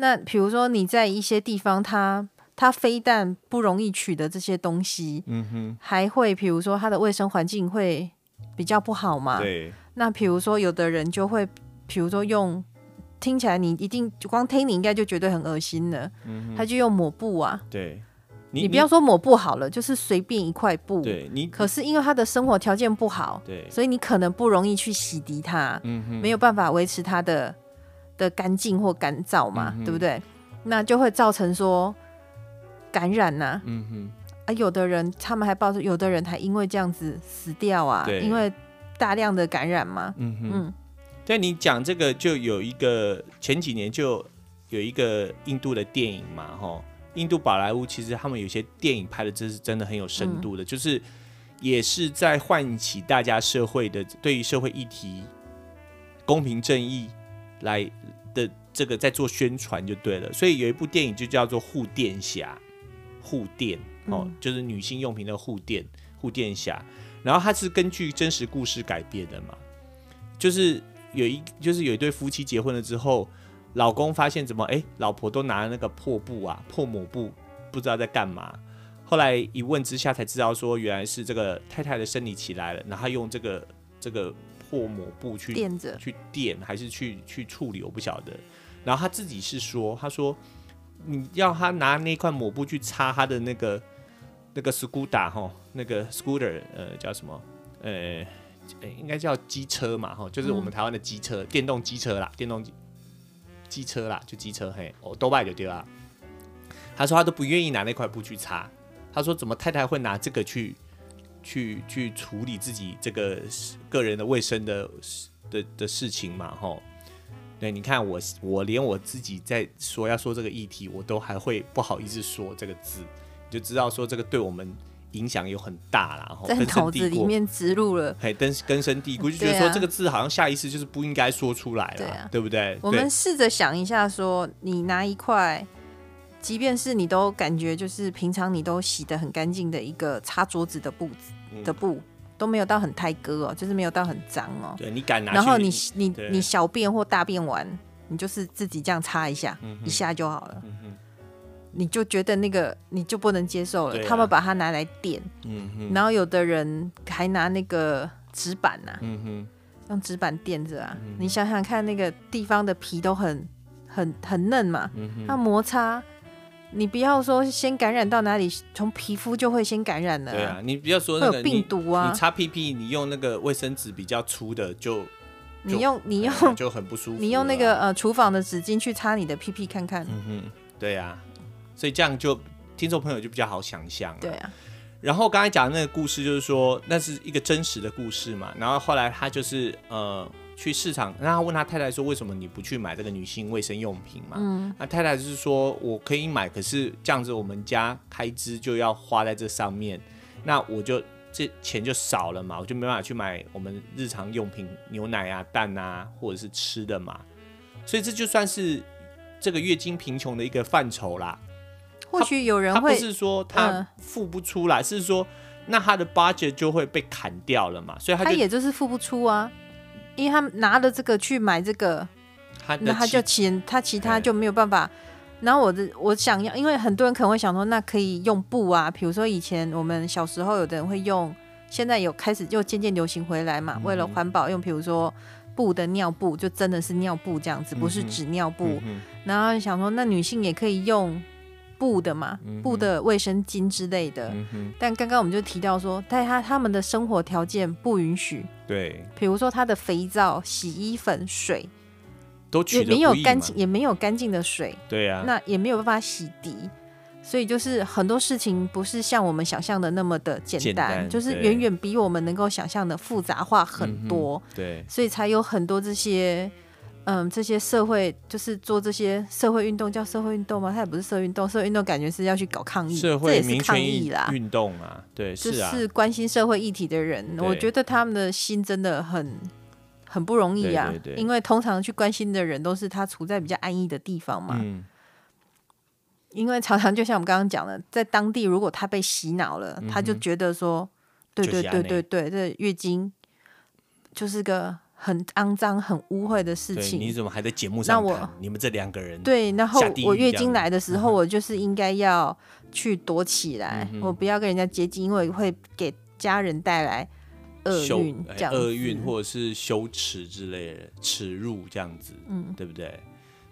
那比如说你在一些地方，它它非但不容易取得这些东西，嗯还会比如说它的卫生环境会比较不好嘛。对，那比如说，有的人就会，比如说用，听起来你一定光听你应该就觉得很恶心了，嗯他就用抹布啊，对，你你不要说抹布好了，就是随便一块布。对你可是因为他的生活条件不好，对，所以你可能不容易去洗涤它，嗯哼没有办法维持它的的干净或干燥嘛，嗯哼对不对？那就会造成说感染呐、啊。嗯哼有的人他们还爆出，有的人还因为这样子死掉啊，对因为大量的感染嘛。嗯哼嗯，对你讲这个，就有一个前几年就有一个印度的电影嘛，吼，印度宝莱坞其实他们有些电影拍的真是真的很有深度的，就是也是在唤起大家社会的对于社会议题公平正义来的这个在做宣传就对了。所以有一部电影就叫做《护垫侠》，护垫哦，嗯就是女性用品的护垫，护垫侠。然后它是根据真实故事改编的嘛，就是有一就是有一对夫妻结婚了之后，老公发现怎么哎，老婆都拿那个破布啊、破抹布，不知道在干嘛。后来一问之下才知道说，原来是这个太太的生理期来了，然后她用这个这个破抹布去垫着。去电还是去去处理，我不晓得。然后他自己是说，他说你要他拿那块抹布去擦他的那个那个 scooter 哈，那个 scooter 呃叫什么呃呃应该叫机车嘛哈，就是我们台湾的机车，电动机车啦，电动机机车啦，就机车嘿，哦多拜就对啦。他说他都不愿意拿那块布去擦，他说怎么太太会拿这个去去去处理自己这个个人的卫生的的的事情嘛，吼。对，你看我，我连我自己在说要说这个议题，我都还会不好意思说这个字，你就知道说这个对我们影响有很大啦，吼，在根深脑子蒂里固。面植入了。嘿，根根深蒂固，就觉得对啊说这个字好像下意识就是不应该说出来了，对啊不对？我们试着想一下说你拿一块，即便是你都感觉就是平常你都洗得很干净的一个擦桌子的布子嗯的布，都没有到很胎割哦，就是没有到很脏哦。对对你敢拿去，然后你你对你小便或大便完，你就是自己这样擦一下，嗯一下就好了。你就觉得那个你就不能接受了，对啊他们把它拿来垫，嗯哼，然后有的人还拿那个纸板呐、嗯哼，嗯用纸板垫着啊。你想嗯想看，那个地方的皮都很很很嫩嘛，它摩擦你不要说先感染到哪里，从皮肤就会先感染了。对啊，你不要说那会个有病毒啊你，你擦屁屁，你用那个卫生纸比较粗的就，你就用你哎用呀就很不舒服了。啊嗯你用那个呃厨房的纸巾去擦你的屁屁看看。对啊，所以这样就听众朋友就比较好想象、啊。对啊，然后刚才讲的那个故事，就是说那是一个真实的故事嘛。然后后来他就是呃去市场，然后他问他太太说，为什么你不去买这个女性卫生用品嘛？那太太就是说我可以买，可是这样子我们家开支就要花在这上面，那我就这钱就少了嘛，我就没办法去买我们日常用品，牛奶啊、蛋啊，或者是吃的嘛。所以这就算是这个月经贫穷的一个范畴啦。或许有人他不会是说他嗯付不出来，是说那他的 budget 就会被砍掉了嘛，所以他他就也就是付不出啊，因为他拿了这个去买这个，他的那他其就其他其他就没有办法。然后我的我想要，因为很多人可能会想说，那可以用布啊，比如说以前我们小时候有的人会用，现在有开始又渐渐流行回来嗯嘛，为了环保用，比如说布的尿布，就真的是尿布这样子，不是纸尿布。嗯然后想说，那女性也可以用布的嘛，布的卫生巾之类的。嗯哼，但刚刚我们就提到说，但他他们的生活条件不允许，对，比如说他的肥皂、洗衣粉、水都也取得没有不易干嘛净，，也没有干净的水，对啊，那也没有办法洗涤。所以就是很多事情不是像我们想象的那么的简简单，单就是对嗯远远比我们能够想象的复杂化很多。对，所以才有很多这些，嗯，这些社会就是做这些社会运动，叫社会运动吗？它也不是社会运动，社会运动感觉是要去搞抗议，社嗯这会也是民抗权议啦，运动啊，对，就是啊，是关心社会议题的人，对我觉得他们的心真的很很不容易啊，对对对因为通常去关心的人都是他处在比较安逸的地方嘛，嗯，因为常常就像我们刚刚讲的，在当地如果他被洗脑了，他就觉得说，对嗯就是对这对样对对，这月经就是个很肮脏、很污秽的事对，情。你怎么还在节目上那我谈你们这两个人？对，然后嗯下地狱我这月样嗯经子来的时候，我就是应该要去躲起来，嗯我不要跟人家接近，因为会给家人带来厄羞运哎这样子。厄运或者是羞耻之类的耻辱这样子，嗯，对不对？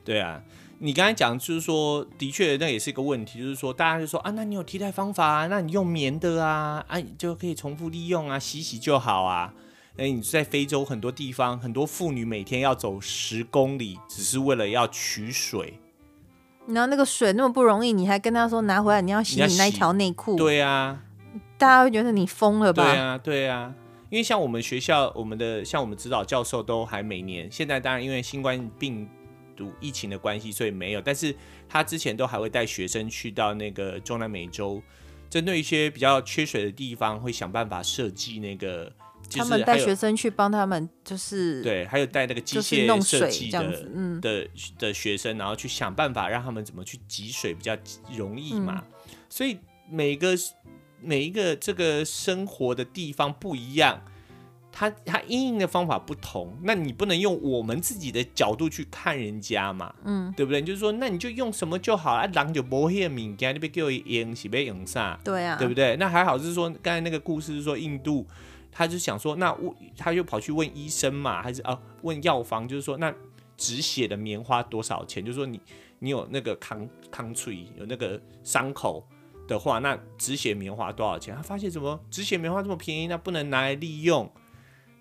对啊，你刚才讲就是说，的确那也是一个问题，就是说大家就说啊，那你有替代方法啊，那你用棉的啊，啊你就可以重复利用啊，洗洗就好啊。哎，你在非洲很多地方，很多妇女每天要走十公里，只是为了要取水。然后那个水那么不容易，你还跟他说拿回来，你要洗你要你那一洗条内裤，对啊，大家会觉得你疯了对吧？啊，对啊，因为像我们学校，我们的像我们指导教授都还每年，现在当然因为新冠病毒疫情的关系，所以没有，但是他之前都还会带学生去到那个中南美洲，针对一些比较缺水的地方，会想办法设计那个，就他是们还带有学生去帮他们，就是对，还有带那个机就是械弄设水计这样的子，嗯，的的学生，然后去想办法让他们怎么去集水比较容易嘛。所以每个每一个这个生活的地方不一样，它它应用的方法不同，那你不能用我们自己的角度去看人家嘛，嗯，对不对？你就是说，那你就用什么就好啊，狼就不会敏感，你被给我用是被用啥？对啊，对不对？那还好是说，刚才那个故事是说印度，他就想说，那我他就跑去问医生嘛，还是啊问药房，就是说那止血的棉花多少钱？就是说你你有那个康康脆有那个伤口的话，那止血棉花多少钱？他发现怎么止血棉花这么便宜，那不能拿来利用。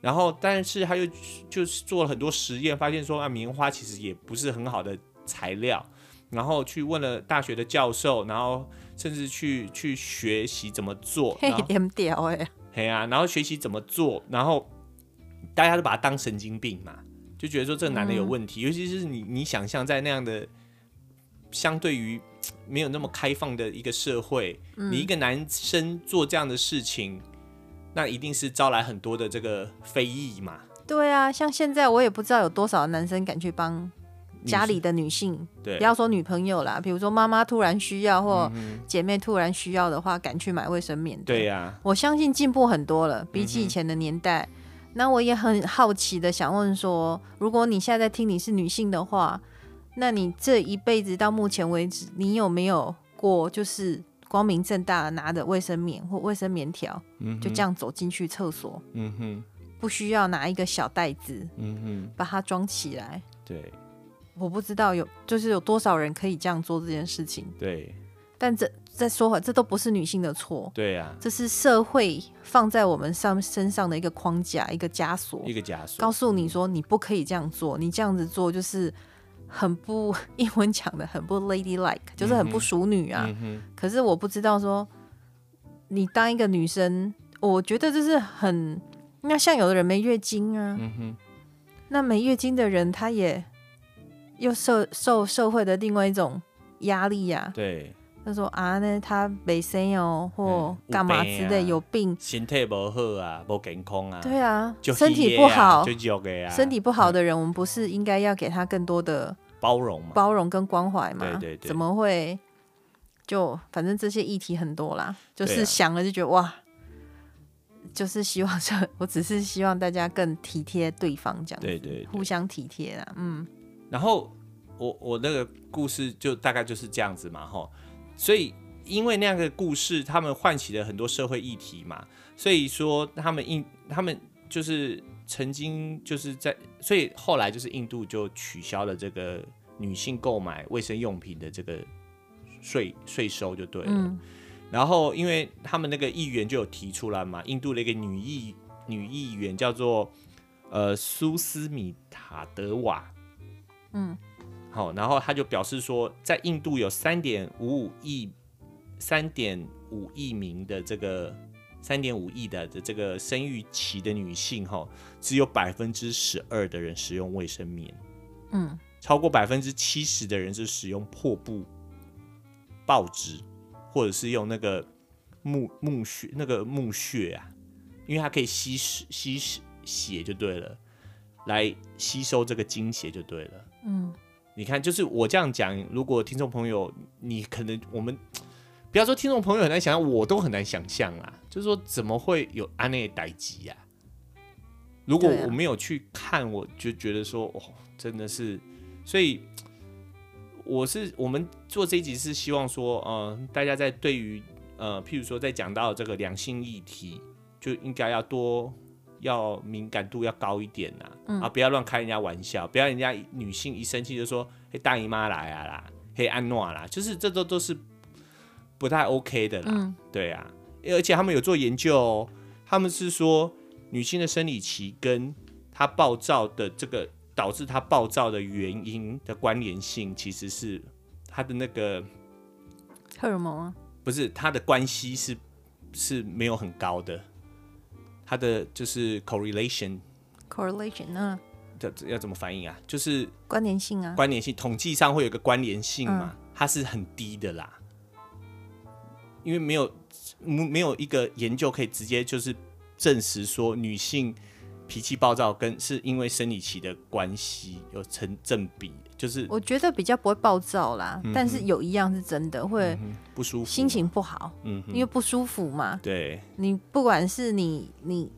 然后，但是他又就是做了很多实验，发现说啊，棉花其实也不是很好的材料。然后去问了大学的教授，然后甚至去去学习怎么做，嘿然，后点屌哎，嘿啊，然后学习怎么做，然后大家都把他当神经病嘛，就觉得说这个男的嗯有问题，尤其是你你想象在那样的相对于嘖没有那么开放的一个社会，你嗯一个男生做这样的事情，那一定是招来很多的这个非议嘛。对啊，像现在我也不知道有多少男生敢去帮家里的女性，对嗯不要说女朋友啦，比如说妈妈突然需要或姐妹突然需要的话，敢去买卫生棉的。对呀、嗯我相信进步很多了，比起以前的年代。那我也很好奇的想问说，如果你现在在听你是女性的话，那你这一辈子到目前为止，你有没有过就是光明正大的拿着卫生棉或卫生棉条，就这样走进去厕所，嗯哼，不需要拿一个小袋子嗯哼，把它装起来？对我不知道有就是有多少人可以这样做这件事情。对，但这再说回来，这都不是女性的错，对啊呀、这是社会放在我们上身上的一个框架、一个枷锁，一个枷锁告。诉你说你不可以这样做，你这样子做就是很不 英文讲的很不 lady like，就是很不淑女啊。嗯哼，可是我不知道说，你当一个女生，我觉得这是很那像有的人没月经啊，嗯哼，那没月经的人他也又受受社会的另外一种压力呀、对，他说啊，那他没生哦，或嗯有干嘛病之类，啊有病，身体不好啊，不健康啊，对啊，就身虚体不的啊好，就弱的啊，身体不好的人，我们不是应该要给他更多的包容嘛，包容跟关怀吗？对对对怎么会就反正这些议题很多啦，就对是啊想了就觉得哇，就是希望 这，我只是希望大家更体贴对方这样子，对对对互相体贴啦，嗯，然后我我那个故事就大概就是这样子嘛，吼，所以因为那样的故事，他们唤起了很多社会议题嘛，所以说他们印他们就是曾经就是在，所以后来就是印度就取消了这个女性购买卫生用品的这个税税收就对了。嗯然后，因为他们那个议员就有提出来嘛，印度的一个女议女议员叫做呃苏斯米塔德瓦，嗯，好，然后他就表示说，在印度有三点五五亿、三点五亿名的这个三点五亿的这个生育期的女性，哈，只有百分之十二的人使用卫生棉，嗯，超过百分之七十的人是使用破布、报纸，或者是用那个木木屑那个木屑啊，因为它可以吸食吸食血就对了，来吸收这个精血就对了。你看，就是我这样讲，如果听众朋友，你可能我们不要说听众朋友很难想象，我都很难想象啊。就是说，怎么会有安内代基啊？如果对啊我没有去看，我就觉得说，哦，真的是，所以我是我们做这一集是希望说，呃，大家在对于呃，譬如说在讲到这个两性议题，就应该要多要敏感度要高一点呐、啊，不要乱开人家玩笑，不要人家女性一生气就说“嘿大姨妈来啊啦，嘿安诺啦”，就是这都都是不太 OK 的啦，嗯对啊，而且他们有做研究哦，他们是说女性的生理期跟她暴躁的这个导致她暴躁的原因的关联性，其实是她的那个荷尔蒙啊，不是他的关系是是没有很高的，他的就是 correlation correlation 啊，的要怎么反应啊？就是关联性啊，关联性，统计上会有一个关联性嘛，嗯它是很低的啦，因为没有没没有一个研究可以直接就是证实说女性脾气暴躁跟是因为生理期的关系有成正比，就是我觉得比较不会暴躁啦，嗯但是有一样是真的会不舒服，心情不好，嗯因为不舒服嘛，对你不管是你你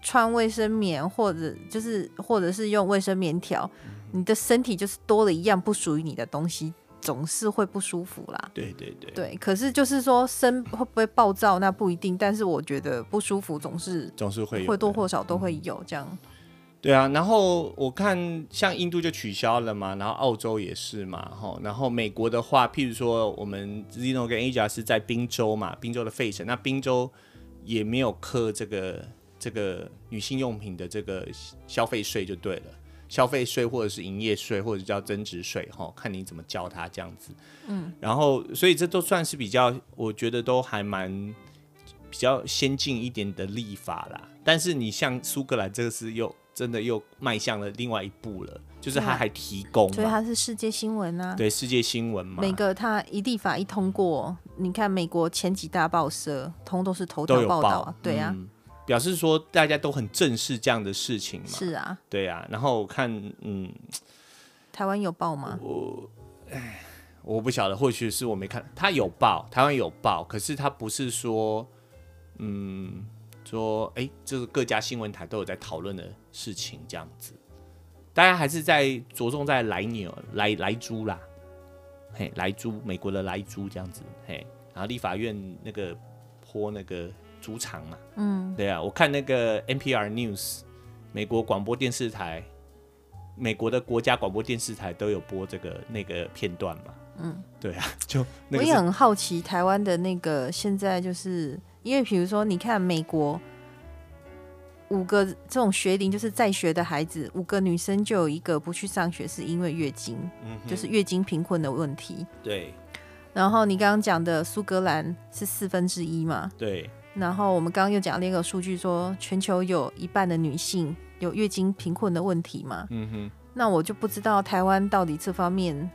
穿卫生棉，或者就是或者是用卫生棉条，嗯你的身体就是多了一样不属于你的东西，总是会不舒服啦。对对对对，可是就是说身会不会暴躁那不一定，但是我觉得不舒服总是总是会有或的嗯多或少都会有这样。对啊，然后我看像印度就取消了嘛，然后澳洲也是嘛，吼，然后美国的话，譬如说我们 Zeno 跟 Aja 是在宾州嘛，宾州的费城，那宾州也没有课这个这个女性用品的这个消费税就对了，消费税或者是营业税或者叫增值税，吼，看你怎么教它这样子，嗯，然后所以这都算是比较，我觉得都还蛮比较先进一点的立法啦。但是你像苏格兰，这个是又真的又迈向了另外一步了，就是对它啊还提供所以嘛，它是世界新闻啊，对世界新闻嘛，每个它一立法一通过，你看美国前几大报社通都是头都条有报道报啊，，对啊，嗯表示说大家都很正视这样的事情嘛，是啊，对啊。然后我看，嗯，台湾有报吗？我不晓得，或许是我没看，他有报，台湾有报，可是他不是说，嗯，说，哎、就是各家新闻台都有在讨论的事情这样子，大家还是在着重在莱纽、莱莱猪啦，嘿，莱猪，美国的莱猪这样子，嘿，然后立法院那个泼那个猪场嘛，嗯，对啊，我看那个 NPR News，美国广播电视台。美国的国家广播电视台都有播这个那个片段嘛，嗯，对啊，就那我个也是很好奇台湾的那个现在就是因为，比如说你看美国五个这种学龄就是在学的孩子，五个女生就有一个不去上学是因为月经，嗯哼就是月经贫困的问题。对然后你刚刚讲的苏格兰是四分之一嘛，对然后我们刚刚又讲另一个数据说，全球有一半的女性有月经贫困的问题嘛。嗯哼那我就不知道台湾到底这方面，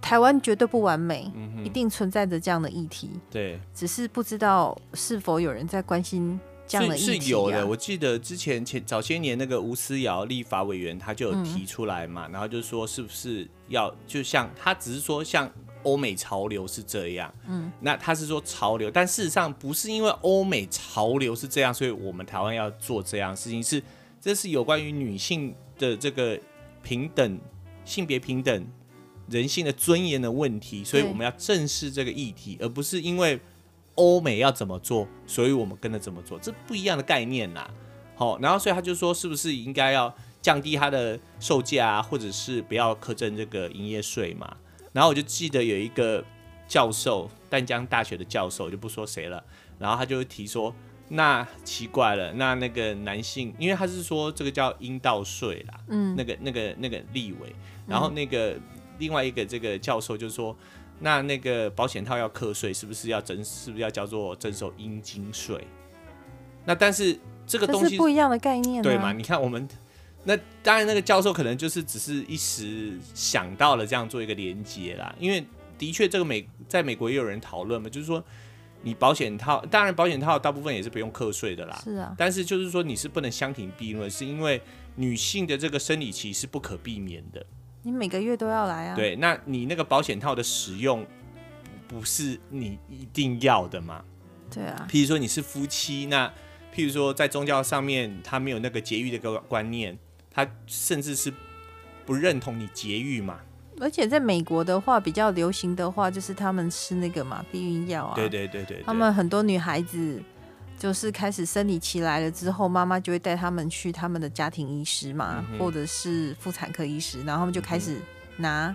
台湾绝对不完美，嗯一哼定存在着这样的议题，对，只是不知道是否有人在关心这样的议题、是啊是有的。我记得之前前早些年那个吴思瑶立法委员，他就有提嗯出来嘛，然后就说是不是要就像他只是说像欧美潮流是这样，嗯，那他是说潮流，但事实上不是因为欧美潮流是这样，所以我们台湾要做这样的事情是，这是有关于女性的这个平等、性别平等、人性的尊严的问题，所以对我们要正视这个议题，而不是因为欧美要怎么做，所以我们跟着怎么做，这不一样的概念啦。好、然后所以他就说，是不是应该要降低它的售价啊，或者是不要苛征这个营业税嘛？然后我就记得有一个教授，淡江大学的教授，我就不说谁了，然后他就提说，那奇怪了，那那个男性，因为他是说这个叫阴道税啦，嗯，那个那个那个立委，然后那个另外一个这个教授就说，那那个保险套要课税，是不是要征，是不是要叫做征收阴茎税？那但是这个东这西是不一样的概念、啊，对嘛？你看我们那当然那个教授可能就是只是一时想到了这样做一个连接啦，因为的确这个美在美国也有人讨论嘛，就是说你保险套，当然保险套大部分也是不用课税的啦，是啊，但是就是说你是不能相提并论，是因为女性的这个生理期是不可避免的，你每个月都要来啊，，对，那你那个保险套的使用不是你一定要的嘛？啊，譬如说你是夫妻，那譬如说在宗教上面，他没有那个节育的个观念，他甚至是不认同你节育嘛？而且在美国的话，比较流行的话就是他们吃那个嘛避孕药啊，对对对对对，他们很多女孩子就是开始生理期来了之后，妈妈就会带他们去他们的家庭医师嘛，嗯哼嗯或者是妇产科医师，然后他们就开始拿、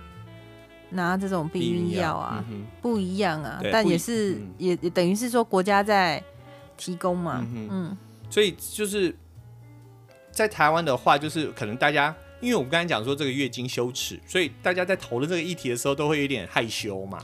拿这种避孕药啊，嗯不一样啊对，但不一也是、嗯也也等于是说国家在提供嘛，嗯嗯哼，所以就是在台湾的话，就是可能大家。因为我们刚才讲说这个月经羞耻，所以大家在讨论这个议题的时候都会有点害羞嘛。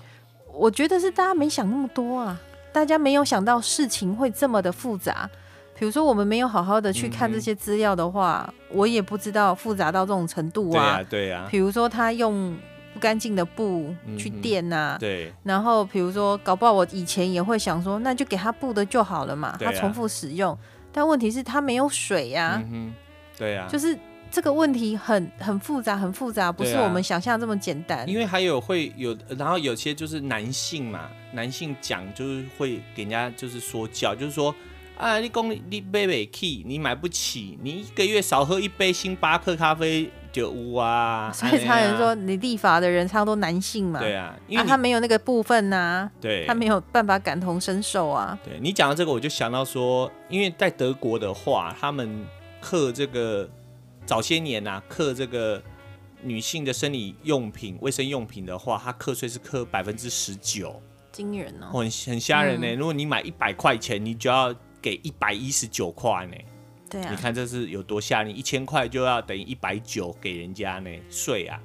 我觉得是大家没想那么多啊，大家没有想到事情会这么的复杂。比如说，我们没有好好的去看嗯哼这些资料的话，我也不知道复杂到这种程度对啊，对啊，比如说他用不干净的布嗯去垫呐、对然后比如说搞不好我以前也会想说，那就给他布的就好了嘛，对啊他重复使用。但问题是他没有水呀、嗯哼，对啊，就是这个问题很很复杂，很复杂，不是对啊我们想象这么简单。因为还有会有，然后有些就是男性嘛，男性讲就是会给人家就是说教，就是说啊，你公你买不起，你买不起，你一个月少喝一杯星巴克咖啡就污啊。 所以他有人这样说，你立法的人他都男性嘛，啊，对啊，因为啊，你、他没有那个部分呐、对他没有办法感同身受啊。对你讲到这个，我就想到说，因为在德国的话，他们刻这个早些年啊，刻这个女性的生理用品、卫生用品的话，它课税是课百分之十九。惊人哦，哦很很吓人呢、如果你买一百块钱，你就要给一百一十九块呢。对你啊，看这是有多吓人？一千块就要等于一百九给人家呢，税啊，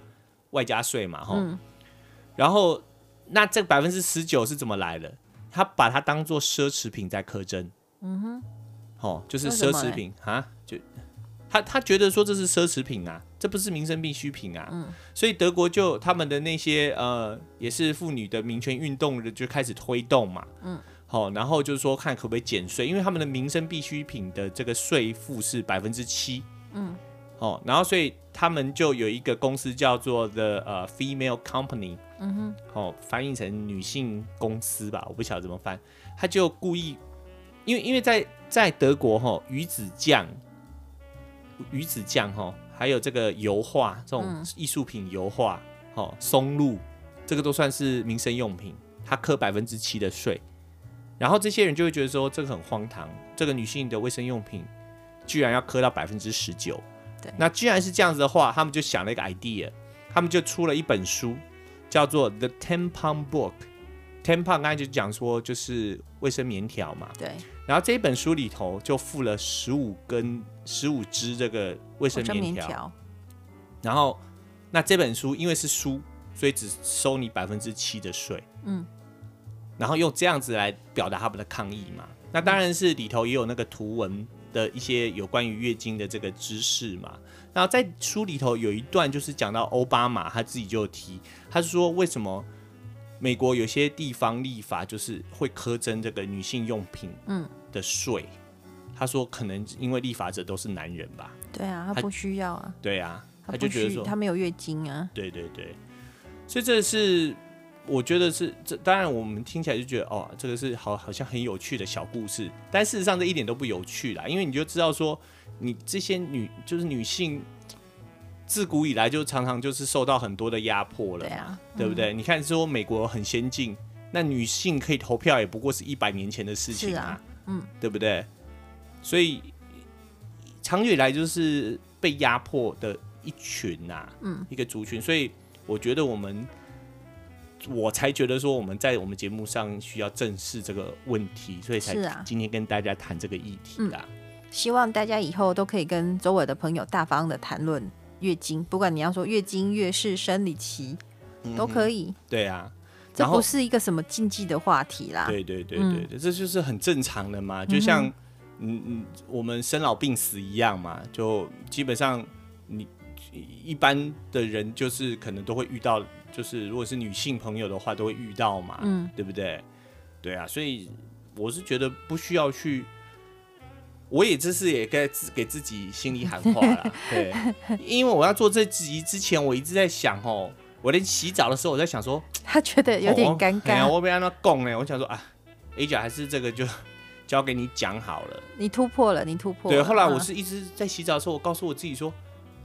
外加税嘛，哈、嗯然后那这百分之十九是怎么来的？他把它当做奢侈品在苛征。嗯哼，哦，就是奢侈品啊，就他他觉得说这是奢侈品啊，这不是民生必需品啊。所以德国就他们的那些呃，也是妇女的民权运动的就开始推动嘛。好、然后就是说看可不可以减税，因为他们的民生必需品的这个税负是百分之七，嗯，哦，然后所以他们就有一个公司叫做 The 呃 Female Company，嗯哼，哦，翻译成女性公司吧，我不晓得怎么翻，他就故意，因为因为在在德国哈、鱼子酱，鱼子酱哈、还有这个油画这种艺术品油画，哦，松露这个都算是民生用品，它课百分之七的税。然后这些人就会觉得说这个很荒唐，这个女性的卫生用品居然要磕到百分之十九，对那居然是这样子的话，他们就想了一个 idea，他们就出了一本书，叫做 The Ten Pound Book。Ten Pound 刚才就讲说就是卫生棉条嘛，对，然后这一本书里头就附了十五根、十五支这个卫我生哦这棉棉条。条，然后，那这本书因为是书，所以只收你百分之七的税。嗯，然后用这样子来表达他们的抗议嘛。那当然是里头也有那个图文的一些有关于月经的这个知识嘛。然后在书里头有一段就是讲到奥巴马他自己就有提，他是说为什么美国有些地方立法就是会苛征这个女性用品嗯的税。他说：“可能因为立法者都是男人吧，对啊，他他不需要啊，对啊，他就不觉得需，说他没有月经啊，对对对，所以这是我觉得是这，当然我们听起来就觉得哦，这个是好好像很有趣的小故事，但事实上这一点都不有趣啦，因为你就知道说，你这些女就是女性，自古以来就常常就是受到很多的压迫了对嘛，啊，对不对？你看说美国很先进，那女性可以投票也不过是一百年前的事情啊，嗯，对不对？所以长久以来就是被压迫的一群呐、嗯，一个族群，所以我觉得我们。我才觉得说我们在我们节目上需要正视这个问题，所以才是啊嗯今天跟大家谈这个议题啦。希望大家以后都可以跟周围的朋友大方的谈论月经，不管你要说月经、月事、生理期都可以，对啊，这嗯然后不是一个什么禁忌的话题啦。嗯对对对对对，这就是很正常的嘛，就像嗯嗯，我们生老病死一样嘛，就基本上你一般的人就是可能都会遇到，就是如果是女性朋友的话，都会遇到嘛，嗯，对不对？对啊，所以我是觉得不需要去。我也这是也该自给自己心里喊话 啦，对，因为我要做这集之前，我一直在想哦，我连洗澡的时候我在想说， 他觉得有点哦尴哎呀尬，我被让他供呢，我想说啊，A 姐还是这个就 交给你讲好了。你突破了，你突破了。对，后来我嗯是一直在洗澡的时候，我告诉我自己说，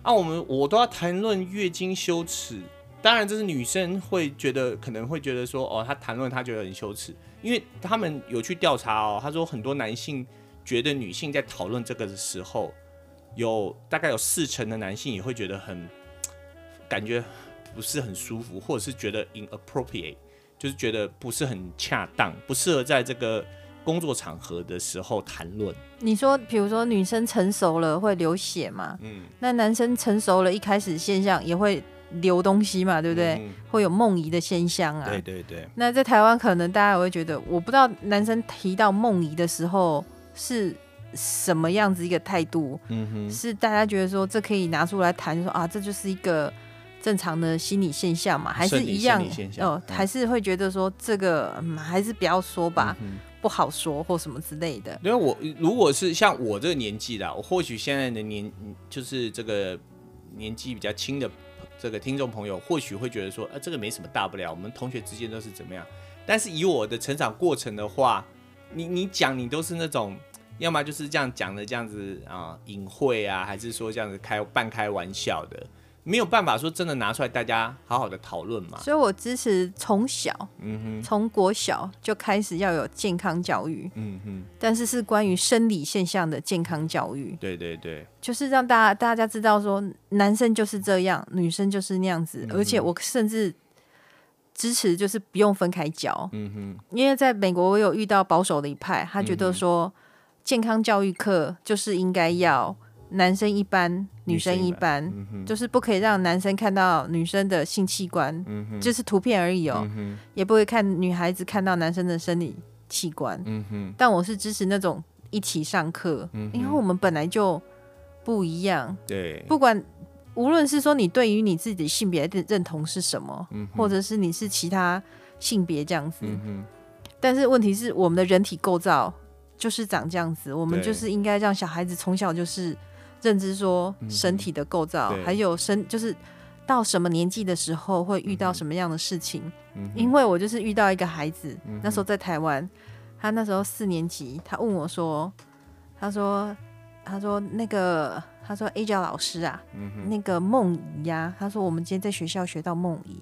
啊，我们我都要谈论月经羞耻。当然，这是女生会觉得，可能会觉得说，哦，她谈论她觉得很羞耻，因为他们有去调查哦，他说很多男性觉得女性在讨论这个的时候，有大概有四成的男性也会觉得很感觉不是很舒服，或者是觉得 inappropriate，就是觉得不是很恰当，不适合在这个工作场合的时候谈论。你说，比如说女生成熟了会流血嘛？嗯，那男生成熟了，一开始现象也会流东西嘛，对不对？嗯会有梦遗的现象啊。对对对，那在台湾，可能大家也会觉得，我不知道男生提到梦遗的时候是什么样子一个态度，嗯哼，是大家觉得说这可以拿出来谈，就说啊，这就是一个正常的心理现象嘛，还是生理一样生理现象哦、嗯还是会觉得说这个、嗯、还是不要说吧，嗯不好说或什么之类的。因为我如果是像我这个年纪啦，我或许现在的年就是这个年纪比较轻的这个听众朋友，或许会觉得说，啊，这个没什么大不了，我们同学之间都是怎么样。但是以我的成长过程的话，你你讲你都是那种，要么就是这样讲的这样子啊、隐晦啊，还是说这样子开半开玩笑的，没有办法说真的拿出来大家好好的讨论嘛。所以我支持从小，嗯从国小就开始要有健康教育，嗯哼，但是是关于生理现象的健康教育，对对对，就是让大家大家知道说，男生就是这样，女生就是那样嗯子，而且我甚至。支持就是不用分开教，嗯哼，因为在美国我有遇到保守的一派，他觉得嗯说健康教育课就是应该要男生一班，女生一班，嗯哼，就是不可以让男生看到女生的性器官，嗯哼，就是图片而已哦，嗯哼，也不会看女孩子看到男生的生理器官。嗯哼。嗯但我是支持那种一起上课，因为我们本来就不一样，对，不管无论是说你对于你自己性别的认同是什么，嗯或者是你是其他性别这样子，嗯但是问题是我们的人体构造就是长这样子，我们对就是应该让小孩子从小就是认知说身体的构造，嗯对还有身就是。到什么年纪的时候会遇到什么样的事情？嗯因为我就是遇到一个孩子，那时候在台湾，他那时候四年级，他问我说：“他说，他说那个，他说 A 教老师啊，嗯那个梦遗呀，他说我们今天在学校学到梦遗，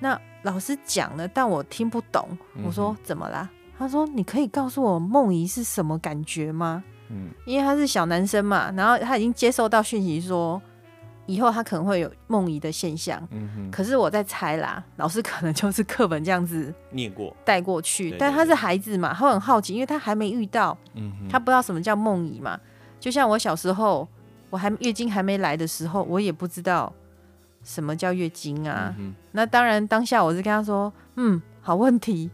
那老师讲了，但我听不懂。我嗯说怎么啦？他说你可以告诉我梦遗是什么感觉吗？嗯因为他是小男生嘛，然后他已经接受到讯息说以后他可能会有梦遗的现象。嗯哼，可是我在猜啦，老师可能就是课本这样子念过，带过去，对但对他是对孩子嘛，他会很好奇，因为他还没遇到，嗯哼，他不知道什么叫梦遗嘛。就像我小时候，我还月经还没来的时候，我也不知道什么叫月经啊。嗯那当然，当下我是跟他说，嗯，好问题。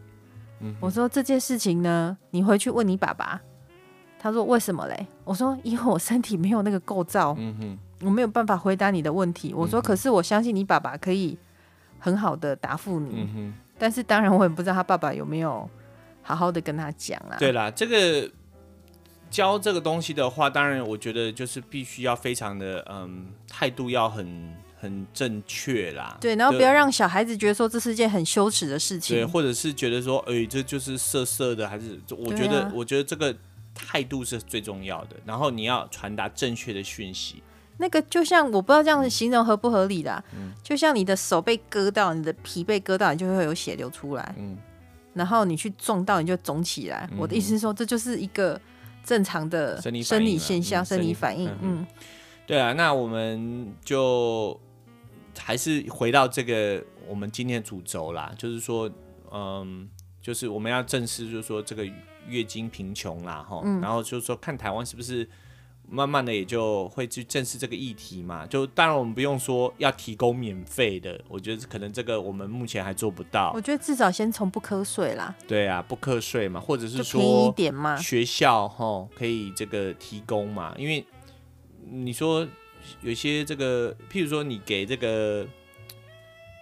嗯我说这件事情呢，你回去问你爸爸。他说为什么嘞？我说因为我身体没有那个构造，嗯哼，嗯我没有办法回答你的问题。我说可是我相信你爸爸可以很好的答复你。嗯哼。但是当然我也不知道他爸爸有没有好好的跟他讲啊啦。对啦，这个教这个东西的话，当然我觉得就是必须要非常的嗯，态度要很很正确啦。对然后就不要让小孩子觉得说这是件很羞耻的事对，情。或者是觉得说，哎、这就是色色的，还是这我对觉得、啊我觉得这个态度是最重要的。然后你要传达正确的讯息，那个就像我不知道这样形容合不合理啦，嗯就像你的手被割到，你的皮被割到，你就会有血流出来，嗯然后你去撞到，你就肿起来。我的意思是说，这就是一个正常的生理反应啊生理现象、嗯生理反应生理。嗯，对啊，那我们就还是回到这个我们今天的主轴啦，就是说，嗯，就是我们要正视，就是说这个月经贫穷啦，哈、嗯然后就是说看台湾是不是慢慢的也就会去正视这个议题嘛。就当然我们不用说要提供免费的，我觉得可能这个我们目前还做不到我。觉得至少先从不瞌睡啦，对啊，不课税嘛，或者是就说便宜一点嘛。学校哈可以这个提供嘛，因为你说有些这个，譬如说你给这个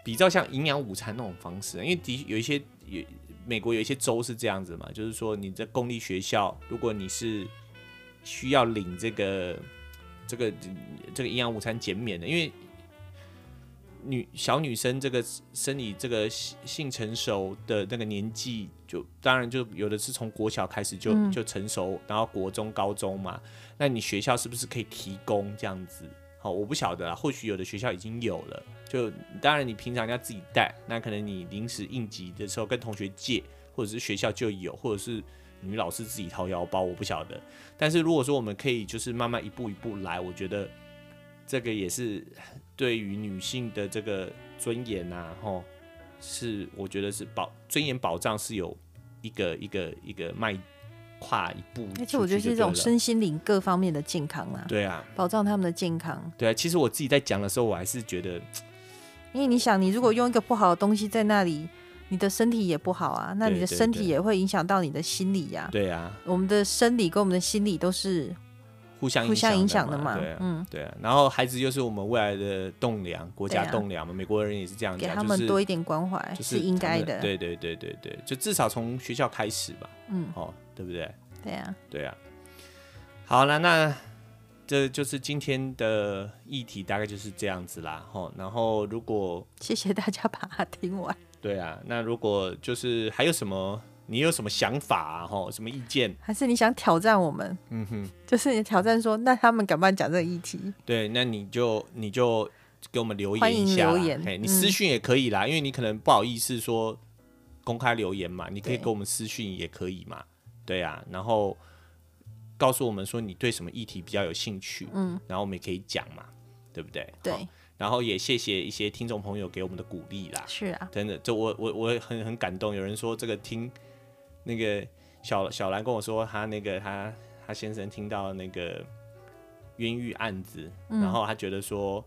比较像营养午餐那种方式，因为的有一些有美国有一些州是这样子嘛，就是说你在公立学校，如果你是需要领这个这个这个营养午餐减免的，因为女小女生这个生理这个性性成熟的那个年纪，就当然就有的是从国小开始就、就成熟，然后国中、高中嘛，那你学校是不是可以提供这样子？好，我不晓得啦，或许有的学校已经有了。就当然你平常要自己带，那可能你临时应急的时候跟同学借，或者是学校就有，或者是女老师自己掏腰包，我不晓得。但是如果说我们可以就是慢慢一步一步来，我觉得这个也是对于女性的这个尊严啊，吼，是我觉得是保尊严保障是有一个一个一个迈跨一步出去就对了，而且我觉得是一种身心灵各方面的健康啊，对啊，保障他们的健康。对啊，其实我自己在讲的时候，我还是觉得，因为你想，你如果用一个不好的东西在那里，你的身体也不好啊，那你的对对身对体也会影响到你的心理呀、对啊，我们的生理跟我们的心理都是互相互相影响的的嘛，对啊，嗯，对啊。然后孩子又是我们未来的栋梁，国家对啊栋梁嘛，美国人也是这样给讲，他们就是多一点关怀、就是是应该他的，们对对对对对，就至少从学校开始吧，嗯，哦，对不对？对啊，对啊。好了，那这就是今天的议题，大概就是这样子啦。吼，然后如果谢谢大家把它听完。 对啊，那如果就是还有什么，你有什么想法啊？吼，什么意见？还是你想挑战我们？嗯哼。就是你挑战说，那他们敢不敢讲这个议题？对，那你就你就给我们留欢言迎一下啦，留言嘿你嗯私讯也可以啦，因为你可能不好意思说公开留言嘛，你可以对给我们私讯也可以嘛，对啊，然后告诉我们说你对什么议题比较有兴趣，嗯，然后我们也可以讲嘛，对不对？好对，然后也谢谢一些听众朋友给我们的鼓励啦，是啊，真的，就我我我很很感动。有人说这个听那个小小兰跟我说，她那个她她先生听到那个冤狱案子，嗯然后他觉得说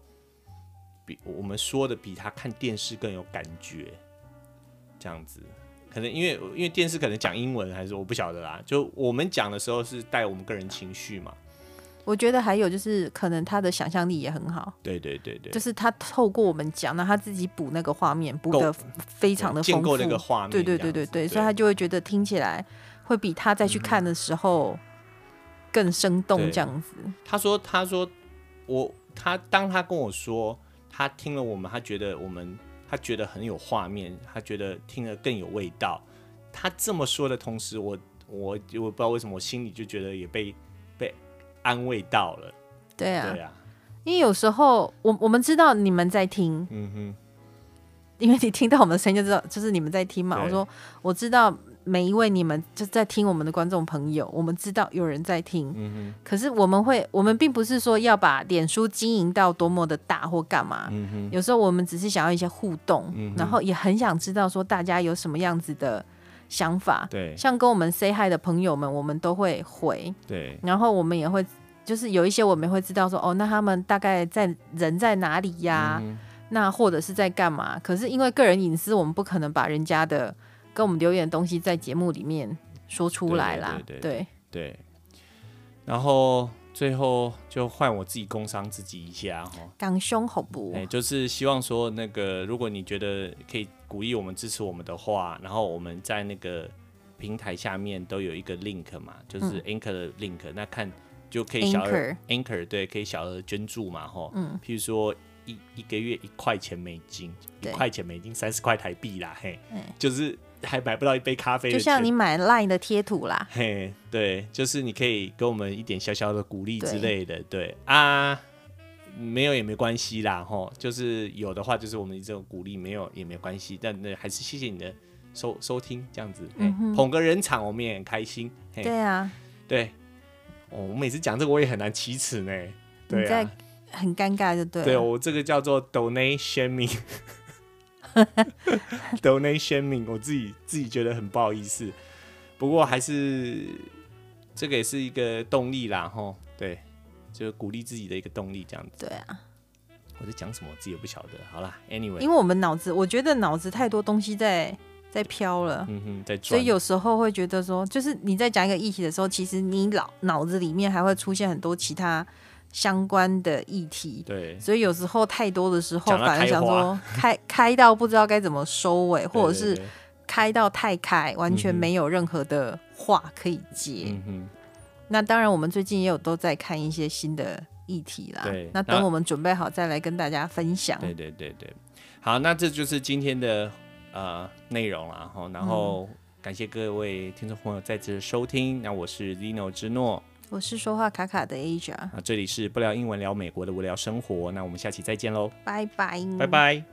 比我们说的比他看电视更有感觉，这样子。可能因为因为电视可能讲英文还是我不晓得啦，就我们讲的时候是带我们个人情绪嘛，我觉得还有就是，可能他的想象力也很好，对对对对，就是他透过我们讲，那他自己补那个画面，补够的非常的建丰构富，那个画面这对样子，嗯对对对对，所以他就会觉得听起来会比他再去看的时候更生动对这样子。他说：“他说我他当他跟我说他听了我们，他觉得我们他觉得很有画面，他觉得听了更有味道。他这么说的同时，我我我不知道为什么，我心里就觉得也被被安慰到了。对啊，对啊，因为有时候我我们知道你们在听，嗯哼，因为你听到我们的声音就知道，就是你们在听嘛。对我说我知道每一位你们就在听我们的观众朋友，我们知道有人在听，嗯可是我们会，我们并不是说要把脸书经营到多么的大或干嘛哼，，嗯哼，有时候我们只是想要一些互动，嗯哼然后也很想知道说大家有什么样子的想法。 对像跟我们 say hi 的朋友们，我们都会回，对，然后我们也会就是有一些我们会知道说哦，那他们大概在人在哪里呀、嗯那或者是在干嘛？可是因为个人隐私，我们不可能把人家的跟我们留言的东西在节目里面说出来啦。对对对对，然后最后就换我自己工伤自己一下哈。港胸好不哎、？就是希望说那个，如果你觉得可以鼓励我们、支持我们的话，然后我们在那个平台下面都有一个 link 嘛，就是嗯 anchor 的 link，、那看就可以小额 anchor 对，可以小额捐助嘛，吼，嗯，譬如说一一个月一块钱美金，一对块钱美金三十块台币啦，嘿，嗯就是还买不到一杯咖啡的就钱，像你买 LINE 的贴图啦，嘿，对，就是你可以给我们一点小小的鼓励之对类的，对啊，没有也没关系啦，吼，就是有的话就是我们这种鼓励，没有也没关系，但那还是谢谢你的收收听，这样子，嘿嗯哼捧个人场我们也很开心，嘿，对啊，对，哦，我每次讲这个我也很难启齿呢，对你啊在，很尴尬就对了。对哦我这个叫做 donate shaming。donate shaming，我自己自己觉得很不好意思，不过还是这个也是一个动力啦，吼，对，就是鼓励自己的一个动力这样子。对啊，我在讲什么，我自己也不晓得。好啦，anyway，因为我们脑子，我觉得脑子太多东西在在飘了。嗯哼，在所转以，有时候会觉得说，就是你在讲一个议题的时候，其实你脑脑子里面还会出现很多其他相关的议题，对所以有时候太多的时候，讲到反而开想说开开到不知道该怎么收尾，或者对是对开到太开，完全嗯哼没有任何的话可以接。对嗯那当然，我们最近也有都在看一些新的议题啦对。那等那我们准备好再来跟大家分享哼，。对对对对，好，那这就是今天的呃内容啦，吼，嗯然后。感谢各位听众朋友再次收听，那我是 Lino 之诺，我是说话卡卡的 Asia，啊，这里是不聊英文聊美国的无聊生活，那我们下期再见喽，拜拜，拜拜。